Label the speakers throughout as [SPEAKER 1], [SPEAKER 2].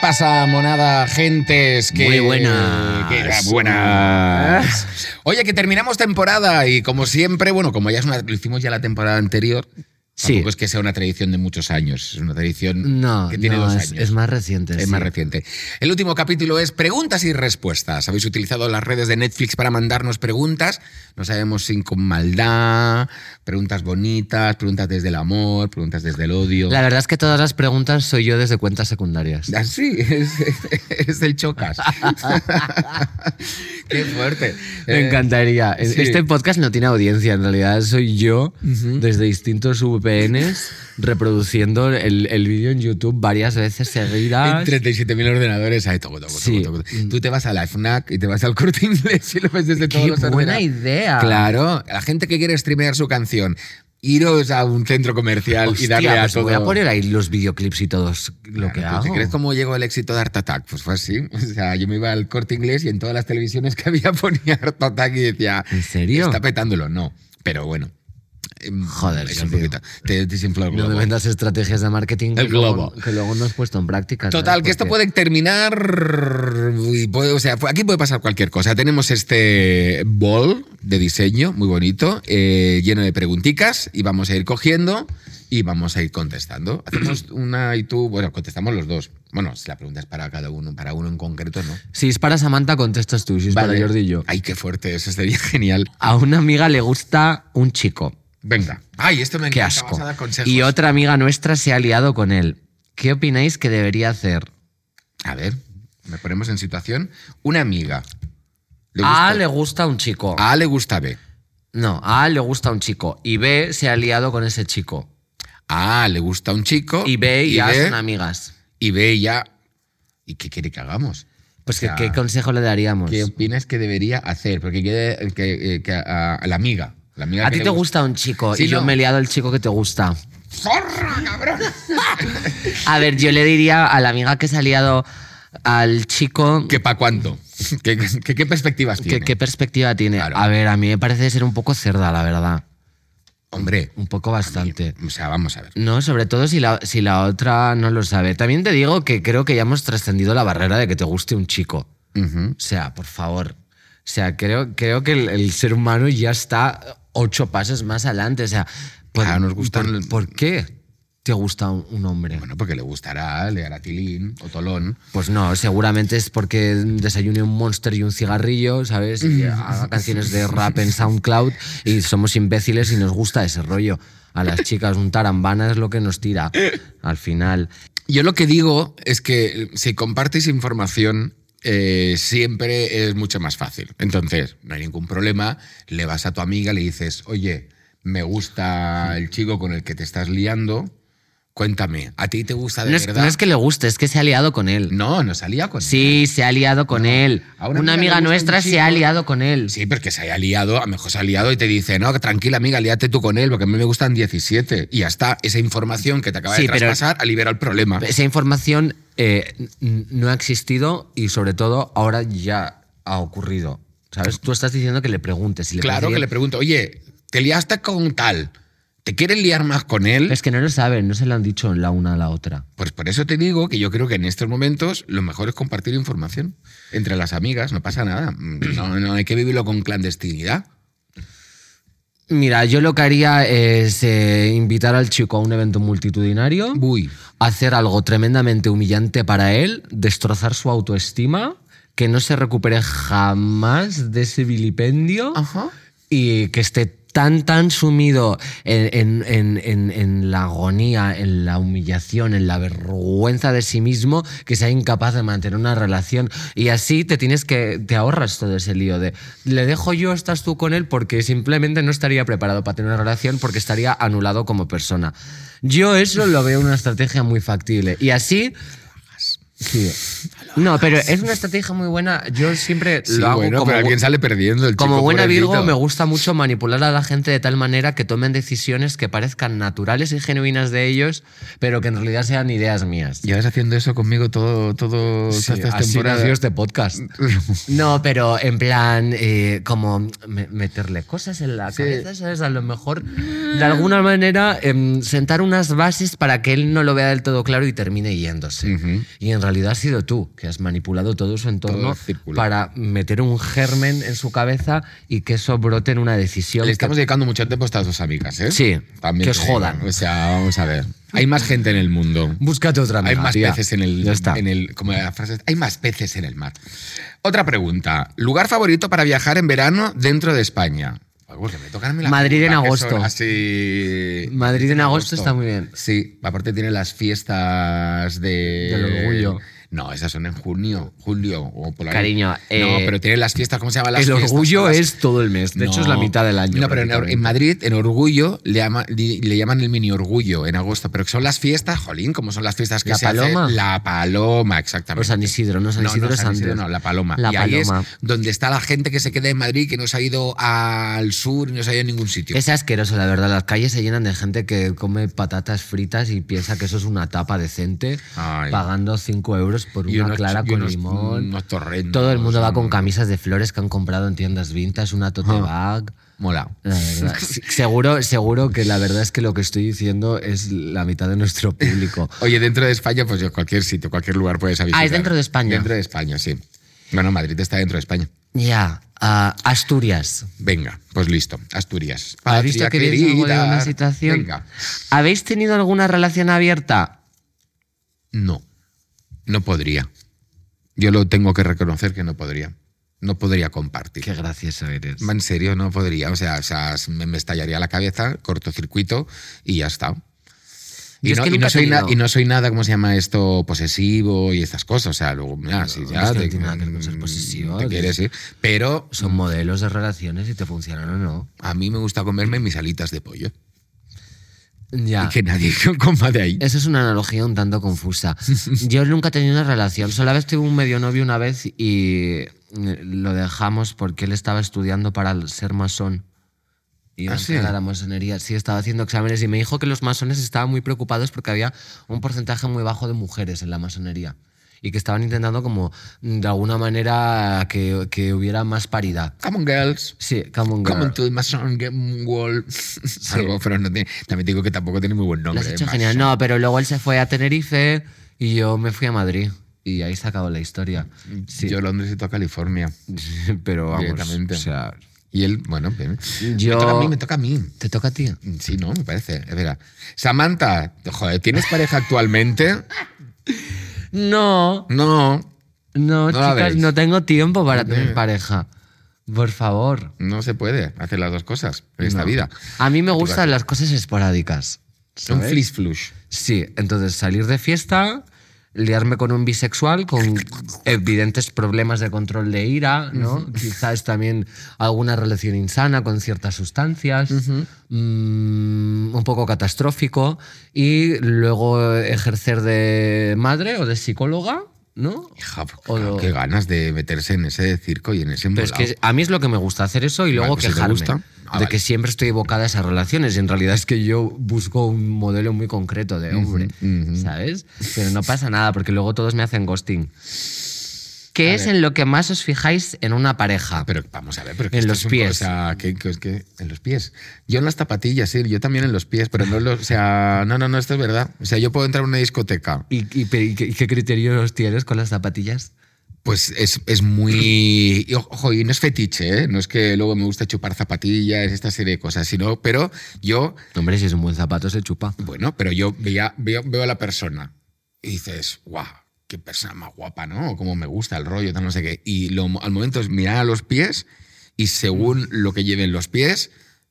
[SPEAKER 1] pasa, monada, gentes? Que,
[SPEAKER 2] Muy buenas. Ah.
[SPEAKER 1] que era buenas. Oye, que terminamos temporada y como siempre, bueno, como ya es una, lo hicimos ya la temporada anterior,
[SPEAKER 2] Sí.
[SPEAKER 1] tampoco es que sea una tradición de muchos años, es una tradición
[SPEAKER 2] No,
[SPEAKER 1] que tiene
[SPEAKER 2] no,
[SPEAKER 1] dos
[SPEAKER 2] es,
[SPEAKER 1] años.
[SPEAKER 2] es más reciente.
[SPEAKER 1] Es
[SPEAKER 2] sí.
[SPEAKER 1] más reciente. El último capítulo es preguntas y respuestas. Habéis utilizado las redes de Netflix para mandarnos preguntas. No sabemos si con maldad, preguntas bonitas, preguntas desde el amor, preguntas desde el odio.
[SPEAKER 2] La verdad es que todas las preguntas soy yo desde cuentas secundarias.
[SPEAKER 1] Así, es, es el chocas. Qué fuerte.
[SPEAKER 2] Me
[SPEAKER 1] Eh,
[SPEAKER 2] encantaría.
[SPEAKER 1] sí.
[SPEAKER 2] Este podcast no tiene audiencia, en realidad soy yo desde distintos VPNs reproduciendo el, el vídeo en YouTube varias veces seguidas.
[SPEAKER 1] En 37.000 ordenadores. ahí, toco, toco,
[SPEAKER 2] Sí. Mm.
[SPEAKER 1] toco, toco. Tú te vas a la FNAC y te vas al corte inglés y lo ves desde todos
[SPEAKER 2] ¡Qué
[SPEAKER 1] los
[SPEAKER 2] buena
[SPEAKER 1] ordenadores.
[SPEAKER 2] idea!
[SPEAKER 1] Claro, la gente que quiere streamear su canción, iros a un centro comercial y
[SPEAKER 2] Hostia,
[SPEAKER 1] darle a
[SPEAKER 2] pues
[SPEAKER 1] todo.
[SPEAKER 2] voy a poner ahí los videoclips y todos
[SPEAKER 1] Claro,
[SPEAKER 2] lo que
[SPEAKER 1] ¿tú
[SPEAKER 2] hago.
[SPEAKER 1] ¿Te crees cómo llegó el éxito de Art Attack? Pues fue así. O sea, yo me iba al corte inglés y en todas las televisiones que había ponía Art Attack y decía.
[SPEAKER 2] ¿En serio?
[SPEAKER 1] Está petándolo, no. Pero bueno. em,
[SPEAKER 2] Joder,
[SPEAKER 1] es
[SPEAKER 2] qué
[SPEAKER 1] un
[SPEAKER 2] tío.
[SPEAKER 1] poquito. Te desinfló el
[SPEAKER 2] No me
[SPEAKER 1] globo.
[SPEAKER 2] vendas estrategias de marketing que
[SPEAKER 1] El
[SPEAKER 2] luego,
[SPEAKER 1] globo.
[SPEAKER 2] que luego no has puesto en práctica. ¿sabes?
[SPEAKER 1] Total, que esto
[SPEAKER 2] Porque-
[SPEAKER 1] puede terminar. y puede- o sea, aquí puede pasar cualquier cosa. Tenemos este bol de diseño muy bonito, eh, lleno de pregunticas, y vamos a ir cogiendo y vamos a ir contestando. Hacemos una y tú, bueno, contestamos los dos. Bueno, si la pregunta es para cada uno, para uno en concreto, ¿no?
[SPEAKER 2] Si es para Samantha, contestas tú. Si es
[SPEAKER 1] Vale.
[SPEAKER 2] para Jordi, yo.
[SPEAKER 1] Ay, qué fuerte, eso sería genial.
[SPEAKER 2] A una amiga le gusta un chico.
[SPEAKER 1] Venga. Ay, esto me
[SPEAKER 2] Qué
[SPEAKER 1] encanta.
[SPEAKER 2] asco.
[SPEAKER 1] Vas a dar consejos.
[SPEAKER 2] Y otra amiga nuestra se ha liado con él. ¿Qué opináis que debería hacer?
[SPEAKER 1] A ver, me ponemos en situación. Una amiga. Le gusta- Ah.
[SPEAKER 2] A Ah, le gusta un chico.
[SPEAKER 1] A le gusta B.
[SPEAKER 2] No, A le gusta un chico. Y B se ha liado con ese chico.
[SPEAKER 1] A le gusta un chico.
[SPEAKER 2] Y B y, A
[SPEAKER 1] B-
[SPEAKER 2] son amigas.
[SPEAKER 1] Y B y A. ¿Y qué quiere que hagamos?
[SPEAKER 2] Pues,
[SPEAKER 1] O
[SPEAKER 2] ¿qué-
[SPEAKER 1] sea,
[SPEAKER 2] ¿qué consejo le daríamos?
[SPEAKER 1] ¿Qué opinas que debería hacer? Porque quiere que, eh, que a, a la amiga. La amiga
[SPEAKER 2] A
[SPEAKER 1] que
[SPEAKER 2] ti
[SPEAKER 1] le
[SPEAKER 2] te gusta un chico
[SPEAKER 1] Sí,
[SPEAKER 2] y yo
[SPEAKER 1] no.
[SPEAKER 2] me he liado el chico que te gusta.
[SPEAKER 1] ¡Zorra, cabrón!
[SPEAKER 2] A ver, yo le diría a la amiga que se ha liado al chico
[SPEAKER 1] ¿Qué pa' cuánto? ¿Qué, qué, qué perspectivas
[SPEAKER 2] ¿Qué,
[SPEAKER 1] tiene?
[SPEAKER 2] qué perspectiva tiene?
[SPEAKER 1] Claro.
[SPEAKER 2] A ver, a mí me parece ser un poco cerda, la verdad.
[SPEAKER 1] Hombre,
[SPEAKER 2] Un poco bastante.
[SPEAKER 1] o sea, vamos a ver.
[SPEAKER 2] No, sobre todo si la, si la otra no lo sabe. También te digo que creo que ya hemos trascendido la barrera de que te guste un chico.
[SPEAKER 1] Ujú.
[SPEAKER 2] O sea, por favor. O sea, creo, creo que el, el ser humano ya está ocho pasos más adelante. O sea, por-
[SPEAKER 1] Claro, nos gustan
[SPEAKER 2] por-
[SPEAKER 1] el-
[SPEAKER 2] ¿por qué te gusta un, un hombre?
[SPEAKER 1] Bueno, porque le gustará, le hará tilín o tolón.
[SPEAKER 2] Pues no, seguramente es porque desayune un monster y un cigarrillo, ¿sabes? Y haga canciones de rap en SoundCloud y somos imbéciles y nos gusta ese rollo. A las chicas un tarambana es lo que nos tira al final.
[SPEAKER 1] Yo lo que digo es que eh, si compartes información, eh, siempre es mucho más fácil. Entonces, no hay ningún problema, le vas a tu amiga, le dices, oye, me gusta el chico con el que te estás liando, cuéntame, ¿a ti te gusta Ah, de
[SPEAKER 2] No es,
[SPEAKER 1] verdad?
[SPEAKER 2] no es que le guste, es que se ha liado con él.
[SPEAKER 1] No, no salía con él.
[SPEAKER 2] Sí, se ha liado con él.
[SPEAKER 1] a una amiga
[SPEAKER 2] una, amiga,
[SPEAKER 1] le gusta un
[SPEAKER 2] nuestra se ha
[SPEAKER 1] chico.
[SPEAKER 2] liado con él.
[SPEAKER 1] Sí, porque se haya liado, a lo mejor se ha liado y te dice, no, tranquila amiga, líate tú con él, porque a mí me gustan 17. Y ya está, esa información que te acaba
[SPEAKER 2] Sí,
[SPEAKER 1] de
[SPEAKER 2] pero-
[SPEAKER 1] traspasar libera el problema.
[SPEAKER 2] Esa información eh, n- no ha existido y sobre todo ahora ya ha ocurrido. ¿Sabes? Tú estás diciendo que le preguntes. Si le
[SPEAKER 1] Claro
[SPEAKER 2] parece
[SPEAKER 1] que
[SPEAKER 2] bien.
[SPEAKER 1] le pregunto, oye, te liaste con tal, ¿te quieres liar más con él?
[SPEAKER 2] Es que no lo saben, no se lo han dicho la una a la otra.
[SPEAKER 1] Pues por eso te digo que yo creo que en estos momentos lo mejor es compartir información entre las amigas, no pasa nada, Mm, no, no hay que vivirlo con clandestinidad.
[SPEAKER 2] Mira, yo lo que haría es eh, invitar al chico a un evento multitudinario,
[SPEAKER 1] Uy,
[SPEAKER 2] hacer algo tremendamente humillante para él, destrozar su autoestima, que no se recupere jamás de ese vilipendio
[SPEAKER 1] Ajá.
[SPEAKER 2] y que esté tan, tan sumido en, en- en- en- en la agonía, en la humillación, en la vergüenza de sí mismo, que sea incapaz de mantener una relación. Y así te tienes que, te ahorras todo ese lío de, le dejo yo, estás tú con él, porque simplemente no estaría preparado para tener una relación, porque estaría anulado como persona. Yo eso lo veo una estrategia muy factible. Y así... Sí. No, pero es una estrategia muy buena. Yo siempre
[SPEAKER 1] sí,
[SPEAKER 2] lo hago
[SPEAKER 1] bueno,
[SPEAKER 2] como
[SPEAKER 1] pero alguien sale perdiendo el
[SPEAKER 2] como
[SPEAKER 1] chico,
[SPEAKER 2] buena
[SPEAKER 1] pobrecito.
[SPEAKER 2] Virgo, me gusta mucho manipular a la gente de tal manera que tomen decisiones que parezcan naturales y genuinas de ellos, pero que en realidad sean ideas mías.
[SPEAKER 1] Llevas haciendo eso conmigo todo, todo
[SPEAKER 2] Sí,
[SPEAKER 1] todas estas
[SPEAKER 2] así
[SPEAKER 1] temporadas.
[SPEAKER 2] nació este podcast. No, pero en plan, eh, como me- meterle cosas en la cabeza, ¿sabes? A lo mejor, de alguna manera, em, sentar unas bases para que él no lo vea del todo claro y termine yéndose.
[SPEAKER 1] Ujú.
[SPEAKER 2] Y en realidad has sido tú, que has manipulado todo su entorno
[SPEAKER 1] el círculo.
[SPEAKER 2] para meter un germen en su cabeza y que eso brote en una decisión.
[SPEAKER 1] Le
[SPEAKER 2] que-
[SPEAKER 1] estamos dedicando mucho tiempo a estas dos amigas, ¿eh?
[SPEAKER 2] Sí, que
[SPEAKER 1] te
[SPEAKER 2] os
[SPEAKER 1] digo.
[SPEAKER 2] jodan.
[SPEAKER 1] O sea, vamos a ver. Hay más gente en el mundo.
[SPEAKER 2] Búscate otra
[SPEAKER 1] Hay
[SPEAKER 2] amiga,
[SPEAKER 1] más
[SPEAKER 2] tía.
[SPEAKER 1] peces en el,
[SPEAKER 2] Ya está.
[SPEAKER 1] en el- Como la frase. Hay más peces en el mar. Otra pregunta. ¿Lugar favorito para viajar en verano dentro de España? Ay, porque me tocan a mí las
[SPEAKER 2] Madrid en
[SPEAKER 1] puntas, que
[SPEAKER 2] agosto.
[SPEAKER 1] son Así.
[SPEAKER 2] Madrid en agosto está muy bien.
[SPEAKER 1] Sí, aparte tiene las fiestas de.
[SPEAKER 2] Del orgullo.
[SPEAKER 1] No, esas son en junio, julio o por ahí.
[SPEAKER 2] Cariño,
[SPEAKER 1] no,
[SPEAKER 2] eh,
[SPEAKER 1] pero tiene las fiestas, ¿cómo se llaman las
[SPEAKER 2] El
[SPEAKER 1] fiestas?
[SPEAKER 2] orgullo
[SPEAKER 1] Las-
[SPEAKER 2] es todo el mes. De hecho, es la
[SPEAKER 1] no.
[SPEAKER 2] mitad del año.
[SPEAKER 1] No, pero en, en
[SPEAKER 2] prácticamente.
[SPEAKER 1] Madrid, en Orgullo, le, ama- li- le llaman el mini Orgullo en agosto, pero que son las fiestas, jolín, como son las fiestas que
[SPEAKER 2] ¿La
[SPEAKER 1] se
[SPEAKER 2] Paloma?
[SPEAKER 1] hacen. La Paloma, exactamente.
[SPEAKER 2] O San Isidro, no San
[SPEAKER 1] No,
[SPEAKER 2] Isidro
[SPEAKER 1] no,
[SPEAKER 2] es
[SPEAKER 1] San
[SPEAKER 2] antes.
[SPEAKER 1] Isidro no, la Paloma.
[SPEAKER 2] La
[SPEAKER 1] y ahí
[SPEAKER 2] Paloma.
[SPEAKER 1] es donde está la gente que se queda en Madrid, que no se ha ido al sur y no se ha ido a ningún sitio.
[SPEAKER 2] Es asqueroso, la verdad. Las calles se llenan de gente que come patatas fritas y piensa que eso es una tapa decente,
[SPEAKER 1] Ay.
[SPEAKER 2] pagando 5 euros por
[SPEAKER 1] Y
[SPEAKER 2] una
[SPEAKER 1] unos-
[SPEAKER 2] clara
[SPEAKER 1] y
[SPEAKER 2] con
[SPEAKER 1] unos-
[SPEAKER 2] limón.
[SPEAKER 1] unos torrendos,
[SPEAKER 2] Todo el mundo va con
[SPEAKER 1] mm.
[SPEAKER 2] camisas de flores que han comprado en tiendas vintage, una
[SPEAKER 1] Ah.
[SPEAKER 2] tote bag.
[SPEAKER 1] Mola.
[SPEAKER 2] La verdad. Sí, seguro, seguro que la verdad es que lo que estoy diciendo es la mitad de nuestro público.
[SPEAKER 1] Oye, dentro de España, pues yo, cualquier sitio, cualquier lugar puedes visitar.
[SPEAKER 2] Ah, dentro de España.
[SPEAKER 1] Dentro de España, sí. Bueno, Madrid está dentro de España.
[SPEAKER 2] Ya, ah, Asturias.
[SPEAKER 1] Venga, pues listo. Asturias.
[SPEAKER 2] ¿Has visto
[SPEAKER 1] Patria
[SPEAKER 2] que bien salgo de
[SPEAKER 1] querida.
[SPEAKER 2] una situación?
[SPEAKER 1] Venga.
[SPEAKER 2] ¿Habéis tenido alguna relación abierta?
[SPEAKER 1] No, no podría. Yo lo tengo que reconocer que no podría. No podría compartir.
[SPEAKER 2] Qué gracioso eres.
[SPEAKER 1] En serio, no podría. O sea, o sea, me, me estallaría la cabeza, cortocircuito y ya está.
[SPEAKER 2] Yo
[SPEAKER 1] Y
[SPEAKER 2] es
[SPEAKER 1] no,
[SPEAKER 2] que
[SPEAKER 1] y no
[SPEAKER 2] nunca he
[SPEAKER 1] soy na-
[SPEAKER 2] tenido.
[SPEAKER 1] y no soy nada, ¿cómo se llama esto? Posesivo y estas cosas. O sea, luego, mira, si
[SPEAKER 2] es
[SPEAKER 1] ya
[SPEAKER 2] que no
[SPEAKER 1] te, mm,
[SPEAKER 2] tiene nada que ver con ser posesivo.
[SPEAKER 1] te quieres ir. Pero
[SPEAKER 2] Son modelos de relaciones y te funcionan o no.
[SPEAKER 1] a mí me gusta comerme mis alitas de pollo.
[SPEAKER 2] Ya.
[SPEAKER 1] Y que nadie coma de ahí.
[SPEAKER 2] Eso es una analogía un tanto confusa. Yo nunca he tenido una relación. Solamente tuve un medio novio una vez y mm, lo dejamos porque él estaba estudiando para ser masón. Y
[SPEAKER 1] ¿Ah,
[SPEAKER 2] a
[SPEAKER 1] sí?
[SPEAKER 2] entrar a la masonería. Sí, estaba haciendo exámenes y me dijo que los masones estaban muy preocupados porque había un porcentaje muy bajo de mujeres en la masonería. Y que estaban intentando como de alguna manera que, que hubiera más paridad.
[SPEAKER 1] Come on, girls.
[SPEAKER 2] Sí, come on, girl.
[SPEAKER 1] Common to the Mason Game Wall. Algo, pero no tiene- también te digo que tampoco tiene muy buen
[SPEAKER 2] Lo
[SPEAKER 1] nombre.
[SPEAKER 2] has hecho
[SPEAKER 1] ¿eh?
[SPEAKER 2] genial.
[SPEAKER 1] Mason.
[SPEAKER 2] No, pero luego él se fue a Tenerife y yo me fui a Madrid. Y ahí se acabó la historia. Sí,
[SPEAKER 1] Yo Londres y toda California.
[SPEAKER 2] pero vamos.
[SPEAKER 1] Directamente.
[SPEAKER 2] O sea,
[SPEAKER 1] Y él, bueno, bien.
[SPEAKER 2] Yo-
[SPEAKER 1] Me toca a mí, me toca a mí.
[SPEAKER 2] ¿Te toca a ti?
[SPEAKER 1] Sí, no, me parece. Es verdad. Samantha, joder, ¿tienes pareja actualmente?
[SPEAKER 2] No,
[SPEAKER 1] No,
[SPEAKER 2] no,
[SPEAKER 1] la
[SPEAKER 2] chicas,
[SPEAKER 1] veis.
[SPEAKER 2] no tengo tiempo para tener pareja. Por favor.
[SPEAKER 1] no se puede hacer las dos cosas en esta
[SPEAKER 2] No.
[SPEAKER 1] vida.
[SPEAKER 2] A mí me gustan las cosas esporádicas.
[SPEAKER 1] Un
[SPEAKER 2] ¿sabes?
[SPEAKER 1] flis flush.
[SPEAKER 2] Sí, entonces salir de fiesta, liarme con un bisexual con evidentes problemas de control de ira, ¿no? Quizás también alguna relación insana con ciertas sustancias, mm, un poco catastrófico, y luego ejercer de madre o de psicóloga, ¿no?
[SPEAKER 1] Hija,
[SPEAKER 2] O
[SPEAKER 1] claro,
[SPEAKER 2] lo-
[SPEAKER 1] qué ganas de meterse en ese circo y en ese
[SPEAKER 2] Pero es
[SPEAKER 1] embolado.
[SPEAKER 2] que a mí es lo que me gusta hacer eso y luego
[SPEAKER 1] pues si te
[SPEAKER 2] quejarme
[SPEAKER 1] gusta. Ah,
[SPEAKER 2] de
[SPEAKER 1] vale.
[SPEAKER 2] que siempre estoy evocada a esas relaciones. Y en realidad es que yo busco un modelo muy concreto de hombre, ¿sabes? Pero no pasa nada porque luego todos me hacen ghosting. ¿Qué es en lo que más os fijáis en una pareja?
[SPEAKER 1] Pero vamos a ver, pero
[SPEAKER 2] En
[SPEAKER 1] esto
[SPEAKER 2] los
[SPEAKER 1] es un-
[SPEAKER 2] pies.
[SPEAKER 1] O sea, que, que- que- en los pies. Yo en las zapatillas, sí, yo también en los pies, pero no lo, o sea, no, no, no, esto es verdad. O sea, yo puedo entrar a una discoteca.
[SPEAKER 2] ¿Y, y- pero ¿y qué, y qué criterios tienes con las zapatillas?
[SPEAKER 1] Pues es, es muy. y Ojo, y no es fetiche, ¿eh? No es que luego me gusta chupar zapatillas, esta serie de cosas, sino, pero yo,
[SPEAKER 2] Hombre, si es un buen zapato se chupa.
[SPEAKER 1] bueno, pero yo veía, veo, veo a la persona y dices, guau, qué persona más guapa, ¿no? Cómo me gusta el rollo, tal, no sé qué. Y lo- al momento es mirar a los pies y
[SPEAKER 2] Mm.
[SPEAKER 1] según lo que lleven los pies,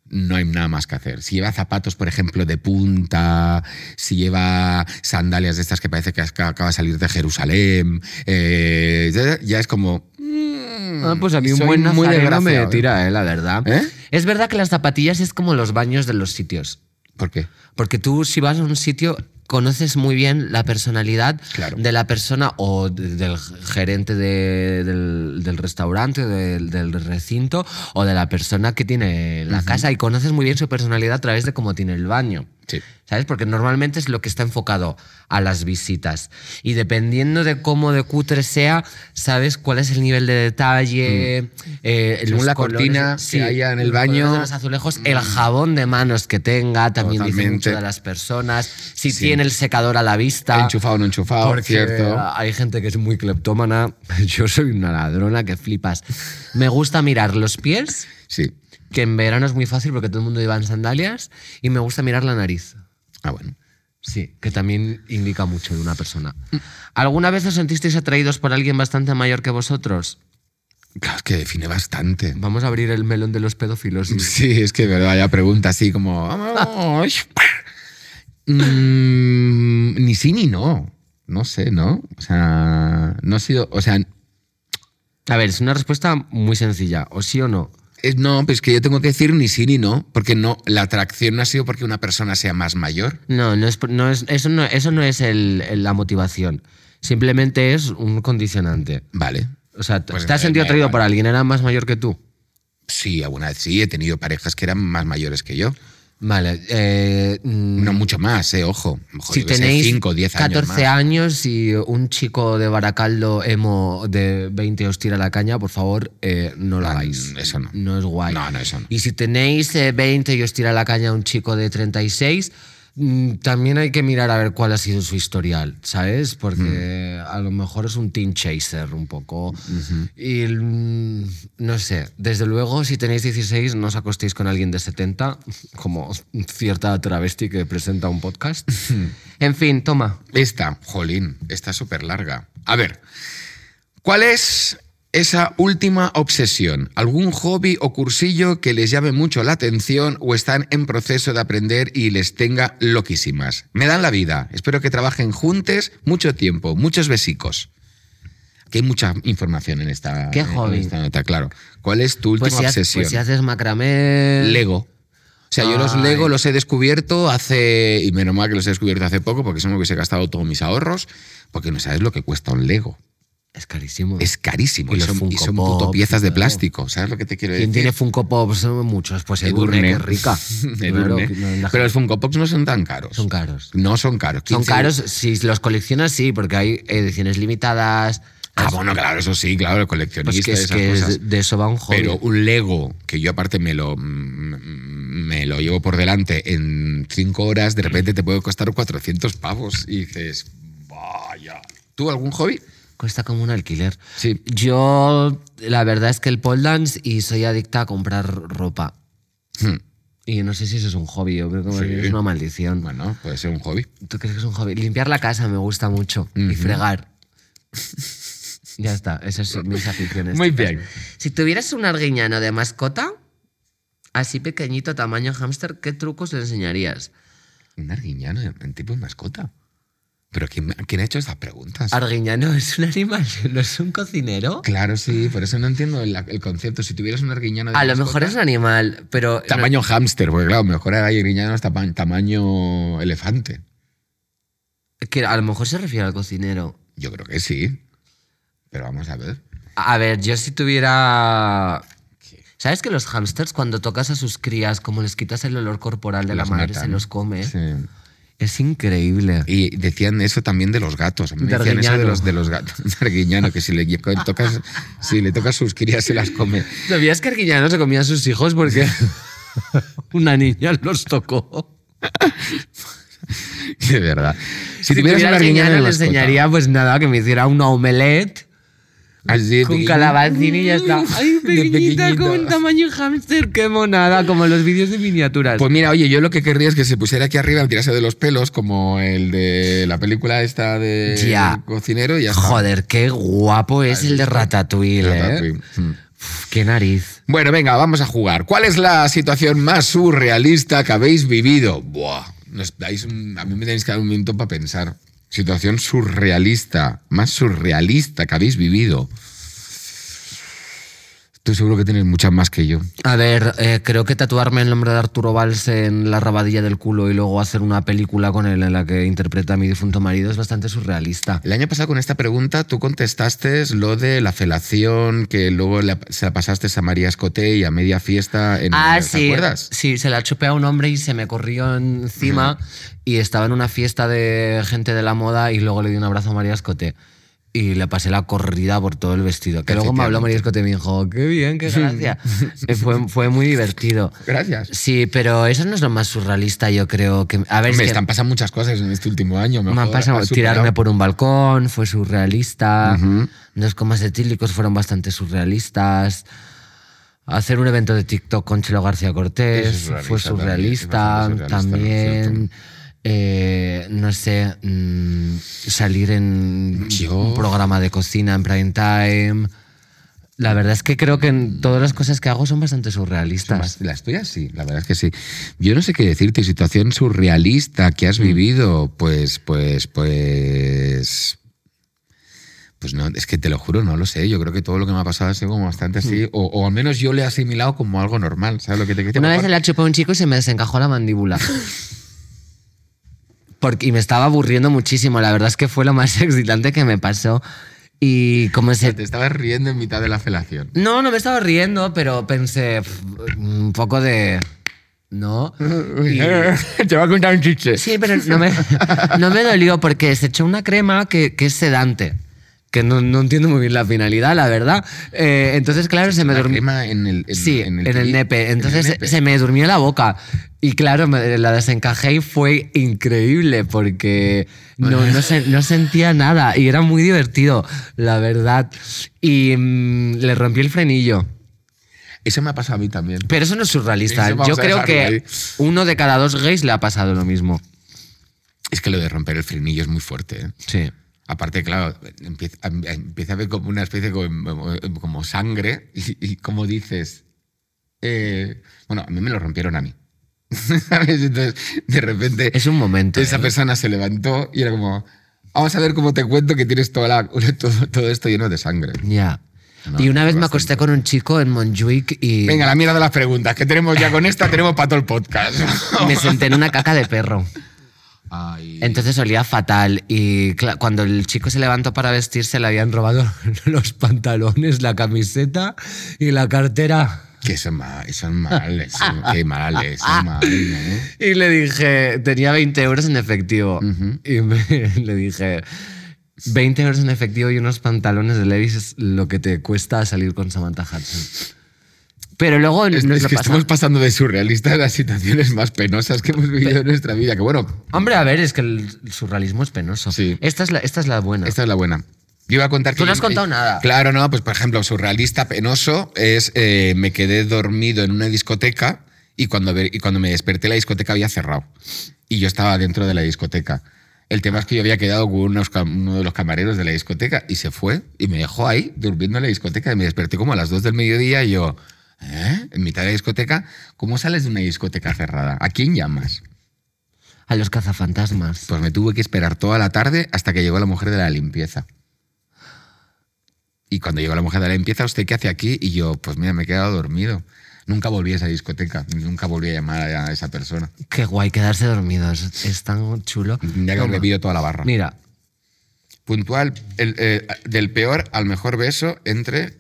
[SPEAKER 1] no hay nada más que hacer. Si lleva zapatos, por ejemplo, de punta, si lleva sandalias de estas que parece que acaba acaba de salir de Jerusalén, eh, ya- ya es como... mm,
[SPEAKER 2] Ah, pues a mí un
[SPEAKER 1] soy
[SPEAKER 2] buen
[SPEAKER 1] muy
[SPEAKER 2] nazareno me
[SPEAKER 1] desgraciado, ¿eh?
[SPEAKER 2] tira, eh, la verdad.
[SPEAKER 1] ¿Eh?
[SPEAKER 2] Es verdad que las zapatillas es como los baños de los sitios.
[SPEAKER 1] ¿Por qué?
[SPEAKER 2] Porque tú si vas a un sitio conoces muy bien la personalidad
[SPEAKER 1] Claro.
[SPEAKER 2] de la persona o de- del gerente de- del, del restaurante, del, del recinto o de la persona que tiene la casa y conoces muy bien su personalidad a través de cómo tiene el baño.
[SPEAKER 1] Sí.
[SPEAKER 2] ¿Sabes? Porque normalmente es lo que está enfocado a las visitas. Y dependiendo de cómo de cutre sea, sabes cuál es el nivel de detalle, eh,
[SPEAKER 1] Según
[SPEAKER 2] los
[SPEAKER 1] la
[SPEAKER 2] colores-
[SPEAKER 1] cortina Mm. que haya en el
[SPEAKER 2] los colores
[SPEAKER 1] baño. Mm.
[SPEAKER 2] de los azulejos, el jabón de manos que tenga, también dice mucho
[SPEAKER 1] Totalmente.
[SPEAKER 2] de las personas. Si
[SPEAKER 1] Sí.
[SPEAKER 2] tiene el secador a la vista.
[SPEAKER 1] Enchufado o no enchufado,
[SPEAKER 2] Porque
[SPEAKER 1] cierto.
[SPEAKER 2] Hay gente que es muy cleptómana. Yo soy una ladrona que flipas. Me gusta mirar los pies,
[SPEAKER 1] Sí.
[SPEAKER 2] que en verano es muy fácil porque todo el mundo lleva en sandalias, y me gusta mirar la nariz.
[SPEAKER 1] Ah, bueno.
[SPEAKER 2] Sí, que también indica mucho de una persona. ¿Alguna vez os sentisteis atraídos por alguien bastante mayor que vosotros?
[SPEAKER 1] Claro, es que define bastante.
[SPEAKER 2] Vamos a abrir el melón de los pedófilos.
[SPEAKER 1] Sí, es que verdad, ya pregunta así como. "Vamos". Mm, ni sí ni no. No sé, ¿no? O sea, no ha sido. O sea,
[SPEAKER 2] A ver, es una respuesta muy sencilla, o sí o no.
[SPEAKER 1] es- no, pues que yo tengo que decir ni sí ni no, porque no, la atracción no ha sido porque una persona sea más mayor.
[SPEAKER 2] No, no es, por- no es- eso no, eso no es el- el- la motivación. Simplemente es un condicionante.
[SPEAKER 1] Vale.
[SPEAKER 2] O sea,
[SPEAKER 1] Pues
[SPEAKER 2] ¿te has
[SPEAKER 1] me-
[SPEAKER 2] sentido
[SPEAKER 1] me
[SPEAKER 2] atraído
[SPEAKER 1] igual.
[SPEAKER 2] por alguien? ¿Era más mayor que tú?
[SPEAKER 1] Sí, alguna vez sí, he tenido parejas que eran más mayores que yo.
[SPEAKER 2] Vale. eh, mm,
[SPEAKER 1] No mucho más, eh, ojo. Ojo,
[SPEAKER 2] si
[SPEAKER 1] yo qué sé,
[SPEAKER 2] tenéis
[SPEAKER 1] cinco, diez años
[SPEAKER 2] 14
[SPEAKER 1] más.
[SPEAKER 2] años y un chico de Baracaldo emo de 20 os tira la caña, por favor, eh, no lo
[SPEAKER 1] Ah,
[SPEAKER 2] hagáis.
[SPEAKER 1] eso no.
[SPEAKER 2] No es guay.
[SPEAKER 1] No, no, eso no.
[SPEAKER 2] Y si tenéis eh, 20 y os tira la caña un chico de 36, mm, también hay que mirar a ver cuál ha sido su historial, ¿sabes? Porque
[SPEAKER 1] Mm.
[SPEAKER 2] a lo mejor es un teen chaser un poco. Y mm, no sé, desde luego si tenéis 16 no os acostéis con alguien de 70, como cierta travesti que presenta un podcast. en fin, toma.
[SPEAKER 1] Esta, jolín, esta es súper larga. A ver, ¿cuál es esa última obsesión? ¿Algún hobby o cursillo que les llame mucho la atención o están en proceso de aprender y les tenga loquísimas? Me dan la vida. Espero que trabajen juntes mucho tiempo, muchos besicos. Que hay mucha información en esta,
[SPEAKER 2] ¿Qué
[SPEAKER 1] en
[SPEAKER 2] hobby?
[SPEAKER 1] esta nota, claro. ¿Cuál es tu última
[SPEAKER 2] Pues si, haces-
[SPEAKER 1] obsesión?
[SPEAKER 2] pues si haces macramé...
[SPEAKER 1] Lego. O sea, yo los
[SPEAKER 2] Ay.
[SPEAKER 1] Lego los he descubierto hace. Y menos mal que los he descubierto hace poco, porque si no me hubiese gastado todos mis ahorros, porque no sabes lo que cuesta un Lego.
[SPEAKER 2] Es carísimo.
[SPEAKER 1] Es carísimo.
[SPEAKER 2] Y
[SPEAKER 1] Y,
[SPEAKER 2] los
[SPEAKER 1] son, y
[SPEAKER 2] Funko
[SPEAKER 1] son puto
[SPEAKER 2] Pop,
[SPEAKER 1] piezas de
[SPEAKER 2] claro.
[SPEAKER 1] plástico. ¿Sabes lo que te quiero decir?
[SPEAKER 2] ¿Quién tiene Funko Pops? Son Muchos. Pues Edurne,
[SPEAKER 1] Edurne.
[SPEAKER 2] que rica. Claro,
[SPEAKER 1] Edurne.
[SPEAKER 2] que no, la
[SPEAKER 1] Pero
[SPEAKER 2] gente-
[SPEAKER 1] los Funko Pops no son tan caros.
[SPEAKER 2] son caros.
[SPEAKER 1] No son caros.
[SPEAKER 2] Son
[SPEAKER 1] 15
[SPEAKER 2] caros si los coleccionas, sí, porque hay ediciones limitadas.
[SPEAKER 1] Ah, bueno, claro, eso sí, claro, el coleccionista
[SPEAKER 2] Pues que es
[SPEAKER 1] esas
[SPEAKER 2] que
[SPEAKER 1] cosas.
[SPEAKER 2] es- de eso va un hobby.
[SPEAKER 1] Pero un Lego, que yo aparte me lo, mm, me lo llevo por delante en cinco horas, de repente te puede costar 400 pavos. Y dices, vaya. ¿Tú algún hobby?
[SPEAKER 2] Cuesta como un alquiler.
[SPEAKER 1] Sí.
[SPEAKER 2] Yo, la verdad es que el pole dance y soy adicta a comprar ropa.
[SPEAKER 1] Hmm.
[SPEAKER 2] Y no sé si eso es un hobby, yo creo que más
[SPEAKER 1] Sí.
[SPEAKER 2] bien es una maldición.
[SPEAKER 1] Bueno, puede ser un hobby.
[SPEAKER 2] ¿Tú crees que es un hobby? Limpiar la casa me gusta mucho y fregar. ya está, esas son mis aficiones.
[SPEAKER 1] Muy bien.
[SPEAKER 2] Si tuvieras un arguiñano de mascota, así pequeñito, tamaño hámster, ¿qué trucos le enseñarías?
[SPEAKER 1] Un arguiñano en tipo de mascota. ¿Pero quién, quién ha hecho estas preguntas?
[SPEAKER 2] Arguiñano es un animal, no es un cocinero.
[SPEAKER 1] claro, sí, por eso no entiendo el, el concepto. Si tuvieras un arguiñano de
[SPEAKER 2] A lo
[SPEAKER 1] mascota-
[SPEAKER 2] mejor es un animal, pero.
[SPEAKER 1] Tamaño hámster, porque claro, mejor hay arguiñanos tama- tamaño elefante.
[SPEAKER 2] Que a lo mejor se refiere al cocinero.
[SPEAKER 1] Yo creo que sí. Pero vamos a ver.
[SPEAKER 2] A ver, yo si tuviera. ¿Sabes que los hámsters, cuando tocas a sus crías, como les quitas el olor corporal de
[SPEAKER 1] Las
[SPEAKER 2] la madre,
[SPEAKER 1] matan.
[SPEAKER 2] se los come?
[SPEAKER 1] Sí.
[SPEAKER 2] Es increíble.
[SPEAKER 1] Y decían eso también de los gatos. A mí me
[SPEAKER 2] De
[SPEAKER 1] decían eso de
[SPEAKER 2] Arguiñano.
[SPEAKER 1] los, de los gatos. De Arguiñano, que si le tocas, si le tocas sus crías se las come.
[SPEAKER 2] ¿Sabías que Arguiñano se comía a sus hijos porque una niña los tocó?
[SPEAKER 1] De verdad. Si,
[SPEAKER 2] Si
[SPEAKER 1] tuvieras
[SPEAKER 2] tuviera
[SPEAKER 1] un Arguiñano
[SPEAKER 2] Arguiñano,
[SPEAKER 1] en
[SPEAKER 2] le
[SPEAKER 1] la mascota,
[SPEAKER 2] enseñaría, pues nada, que me hiciera una omelette
[SPEAKER 1] así,
[SPEAKER 2] con
[SPEAKER 1] pequeño-
[SPEAKER 2] calabacín y ya está. Ay,
[SPEAKER 1] De
[SPEAKER 2] pequeñita,
[SPEAKER 1] pequeñito.
[SPEAKER 2] como un tamaño hámster, qué monada, como los vídeos de miniaturas.
[SPEAKER 1] Pues mira, oye, yo lo que querría es que se pusiera aquí arriba, tirase de los pelos, como el de la película esta de
[SPEAKER 2] Ya.
[SPEAKER 1] del cocinero y ya está.
[SPEAKER 2] Joder, qué guapo es el de Ratatouille, ¿eh?
[SPEAKER 1] Ratatouille. Mm.
[SPEAKER 2] Uf, qué nariz.
[SPEAKER 1] Bueno, venga, vamos a jugar. ¿Cuál es la situación más surrealista que habéis vivido? Buah, nos dais un- a mí me tenéis que dar un minuto para pensar. Situación surrealista, más surrealista que habéis vivido. Tú seguro que tienes muchas más que yo.
[SPEAKER 2] A ver, eh, creo que tatuarme el nombre de Arturo Valls en la rabadilla del culo y luego hacer una película con él en la que interpreta a mi difunto marido es bastante surrealista.
[SPEAKER 1] El año pasado con esta pregunta tú contestaste lo de la felación que luego la- se la pasaste a María Escoté y a media fiesta en
[SPEAKER 2] Ah,
[SPEAKER 1] ¿te
[SPEAKER 2] sí.
[SPEAKER 1] acuerdas?
[SPEAKER 2] Sí, se la chupé a un hombre y se me corrió encima y estaba en una fiesta de gente de la moda y luego le di un abrazo a María Escote. Y le pasé la corrida por todo el vestido. Que luego me habló María Escote y me dijo, "Oh, qué bien, qué gracia. Eh, fue, fue muy divertido.
[SPEAKER 1] Gracias.
[SPEAKER 2] Sí, pero eso no es lo más surrealista, yo creo que... A ver, es
[SPEAKER 1] Me
[SPEAKER 2] que
[SPEAKER 1] están pasando muchas cosas en este último año.
[SPEAKER 2] me han
[SPEAKER 1] joder,
[SPEAKER 2] pasado
[SPEAKER 1] has
[SPEAKER 2] tirarme
[SPEAKER 1] superado.
[SPEAKER 2] por un balcón, fue surrealista,
[SPEAKER 1] Ujú.
[SPEAKER 2] los comas etílicos fueron bastante surrealistas, hacer un evento de TikTok con Chelo
[SPEAKER 1] Eso
[SPEAKER 2] García
[SPEAKER 1] es surrealista también,
[SPEAKER 2] Cortés fue
[SPEAKER 1] es
[SPEAKER 2] surrealista
[SPEAKER 1] bastante surrealista,
[SPEAKER 2] también. eh, no sé, mm, salir en
[SPEAKER 1] Yo-
[SPEAKER 2] un programa de cocina en prime time. La verdad es que creo que en todas las cosas que hago son bastante surrealistas.
[SPEAKER 1] Las tuyas sí, la verdad es que sí. Yo no sé qué decirte, situación surrealista que has
[SPEAKER 2] Mm.
[SPEAKER 1] vivido, pues, pues, pues... Pues no, es que te lo juro, no lo sé. Yo creo que todo lo que me ha pasado ha sido como bastante así, o, o al menos yo le he asimilado como algo normal, ¿sabes lo que te quiero
[SPEAKER 2] Mm. Una vez
[SPEAKER 1] decir?
[SPEAKER 2] se la chupé a un chico y se me desencajó la mandíbula. Porque, y me estaba aburriendo muchísimo. La verdad es que fue lo más excitante que me pasó. Y como se
[SPEAKER 1] Te estabas riendo en mitad de la felación.
[SPEAKER 2] no, no me estaba riendo, pero pensé pf, un poco de... ¿No?
[SPEAKER 1] Te va a contar un chiste.
[SPEAKER 2] Sí, pero no me, no me dolió porque se echó una crema que, que es sedante. Que no, no entiendo muy bien la finalidad, la verdad. Eh, entonces, claro, se me
[SPEAKER 1] La
[SPEAKER 2] durmió...
[SPEAKER 1] crema en el, en-
[SPEAKER 2] sí, en el,
[SPEAKER 1] tri- en
[SPEAKER 2] nepe.
[SPEAKER 1] el
[SPEAKER 2] Entonces
[SPEAKER 1] nepe.
[SPEAKER 2] se me durmió la boca. Y claro, me la desencajé y fue increíble porque no, no, se- no sentía nada y era muy divertido, la verdad. Y mm, le rompí el frenillo.
[SPEAKER 1] Eso me ha pasado a mí también.
[SPEAKER 2] Pero eso no es surrealista.
[SPEAKER 1] Eso vamos
[SPEAKER 2] Yo
[SPEAKER 1] a
[SPEAKER 2] creo que
[SPEAKER 1] dejarlo ahí.
[SPEAKER 2] uno de cada dos gays le ha pasado lo mismo.
[SPEAKER 1] Es que lo de romper el frenillo es muy fuerte, ¿eh?
[SPEAKER 2] Sí.
[SPEAKER 1] Aparte, claro, empieza, em- empieza a ver como una especie como, como sangre y, y como dices, eh, bueno, a mí me lo rompieron a mí. ¿Sabes? Entonces, de repente,
[SPEAKER 2] Es un momento.
[SPEAKER 1] esa
[SPEAKER 2] ¿eh?
[SPEAKER 1] persona se levantó y era como, vamos a ver cómo te cuento que tienes toda la- todo, todo esto lleno de sangre.
[SPEAKER 2] Ya.
[SPEAKER 1] No,
[SPEAKER 2] y una
[SPEAKER 1] es
[SPEAKER 2] vez me
[SPEAKER 1] bastante.
[SPEAKER 2] acosté con un chico en Montjuic y
[SPEAKER 1] Venga, la mierda de las preguntas, que tenemos ya con esta, tenemos para todo el podcast.
[SPEAKER 2] me senté en una caca de perro.
[SPEAKER 1] Ay.
[SPEAKER 2] Entonces olía fatal y cla- cuando el chico se levantó para vestirse le habían robado los pantalones, la camiseta y la cartera.
[SPEAKER 1] Que son mal, son mal, son, qué mal, son ¿eh? mal, ¿no?
[SPEAKER 2] Y le dije, tenía 20 euros en efectivo. Y me- le dije, 20 euros en efectivo y unos pantalones de Levi's es lo que te cuesta salir con Samantha Hudson. Pero luego
[SPEAKER 1] Es, Este,
[SPEAKER 2] nos
[SPEAKER 1] es
[SPEAKER 2] lo
[SPEAKER 1] que
[SPEAKER 2] pasamos.
[SPEAKER 1] estamos pasando de surrealista a las situaciones más penosas que hemos vivido en nuestra vida. Que bueno,
[SPEAKER 2] Hombre, a ver, es que el surrealismo es penoso.
[SPEAKER 1] Sí.
[SPEAKER 2] Esta, es la, esta es la buena.
[SPEAKER 1] esta es la buena. Yo iba a contar que
[SPEAKER 2] Tú no has
[SPEAKER 1] yo-
[SPEAKER 2] contado nada.
[SPEAKER 1] Claro, no, pues por ejemplo, surrealista penoso es eh, me quedé dormido en una discoteca y cuando, ve- y cuando me desperté la discoteca había cerrado. Y yo estaba dentro de la discoteca. El tema es que yo había quedado con unos cam- uno de los camareros de la discoteca y se fue y me dejó ahí durmiendo en la discoteca y me desperté como a las 2 del mediodía y yo, ¿eh? En mitad de la discoteca, ¿cómo sales de una discoteca cerrada? ¿A quién llamas?
[SPEAKER 2] A los cazafantasmas.
[SPEAKER 1] Pues me tuve que esperar toda la tarde hasta que llegó la mujer de la limpieza. Y cuando llegó la mujer de la limpieza, ¿usted qué hace aquí? Y yo, pues mira, me he quedado dormido. Nunca volví a esa discoteca, nunca volví a llamar a esa persona.
[SPEAKER 2] Qué guay quedarse dormidos. Es tan chulo.
[SPEAKER 1] Tendría que haber
[SPEAKER 2] Toma.
[SPEAKER 1] bebido toda la barra.
[SPEAKER 2] Mira,
[SPEAKER 1] Puntual, el, eh, del peor al mejor beso entre... O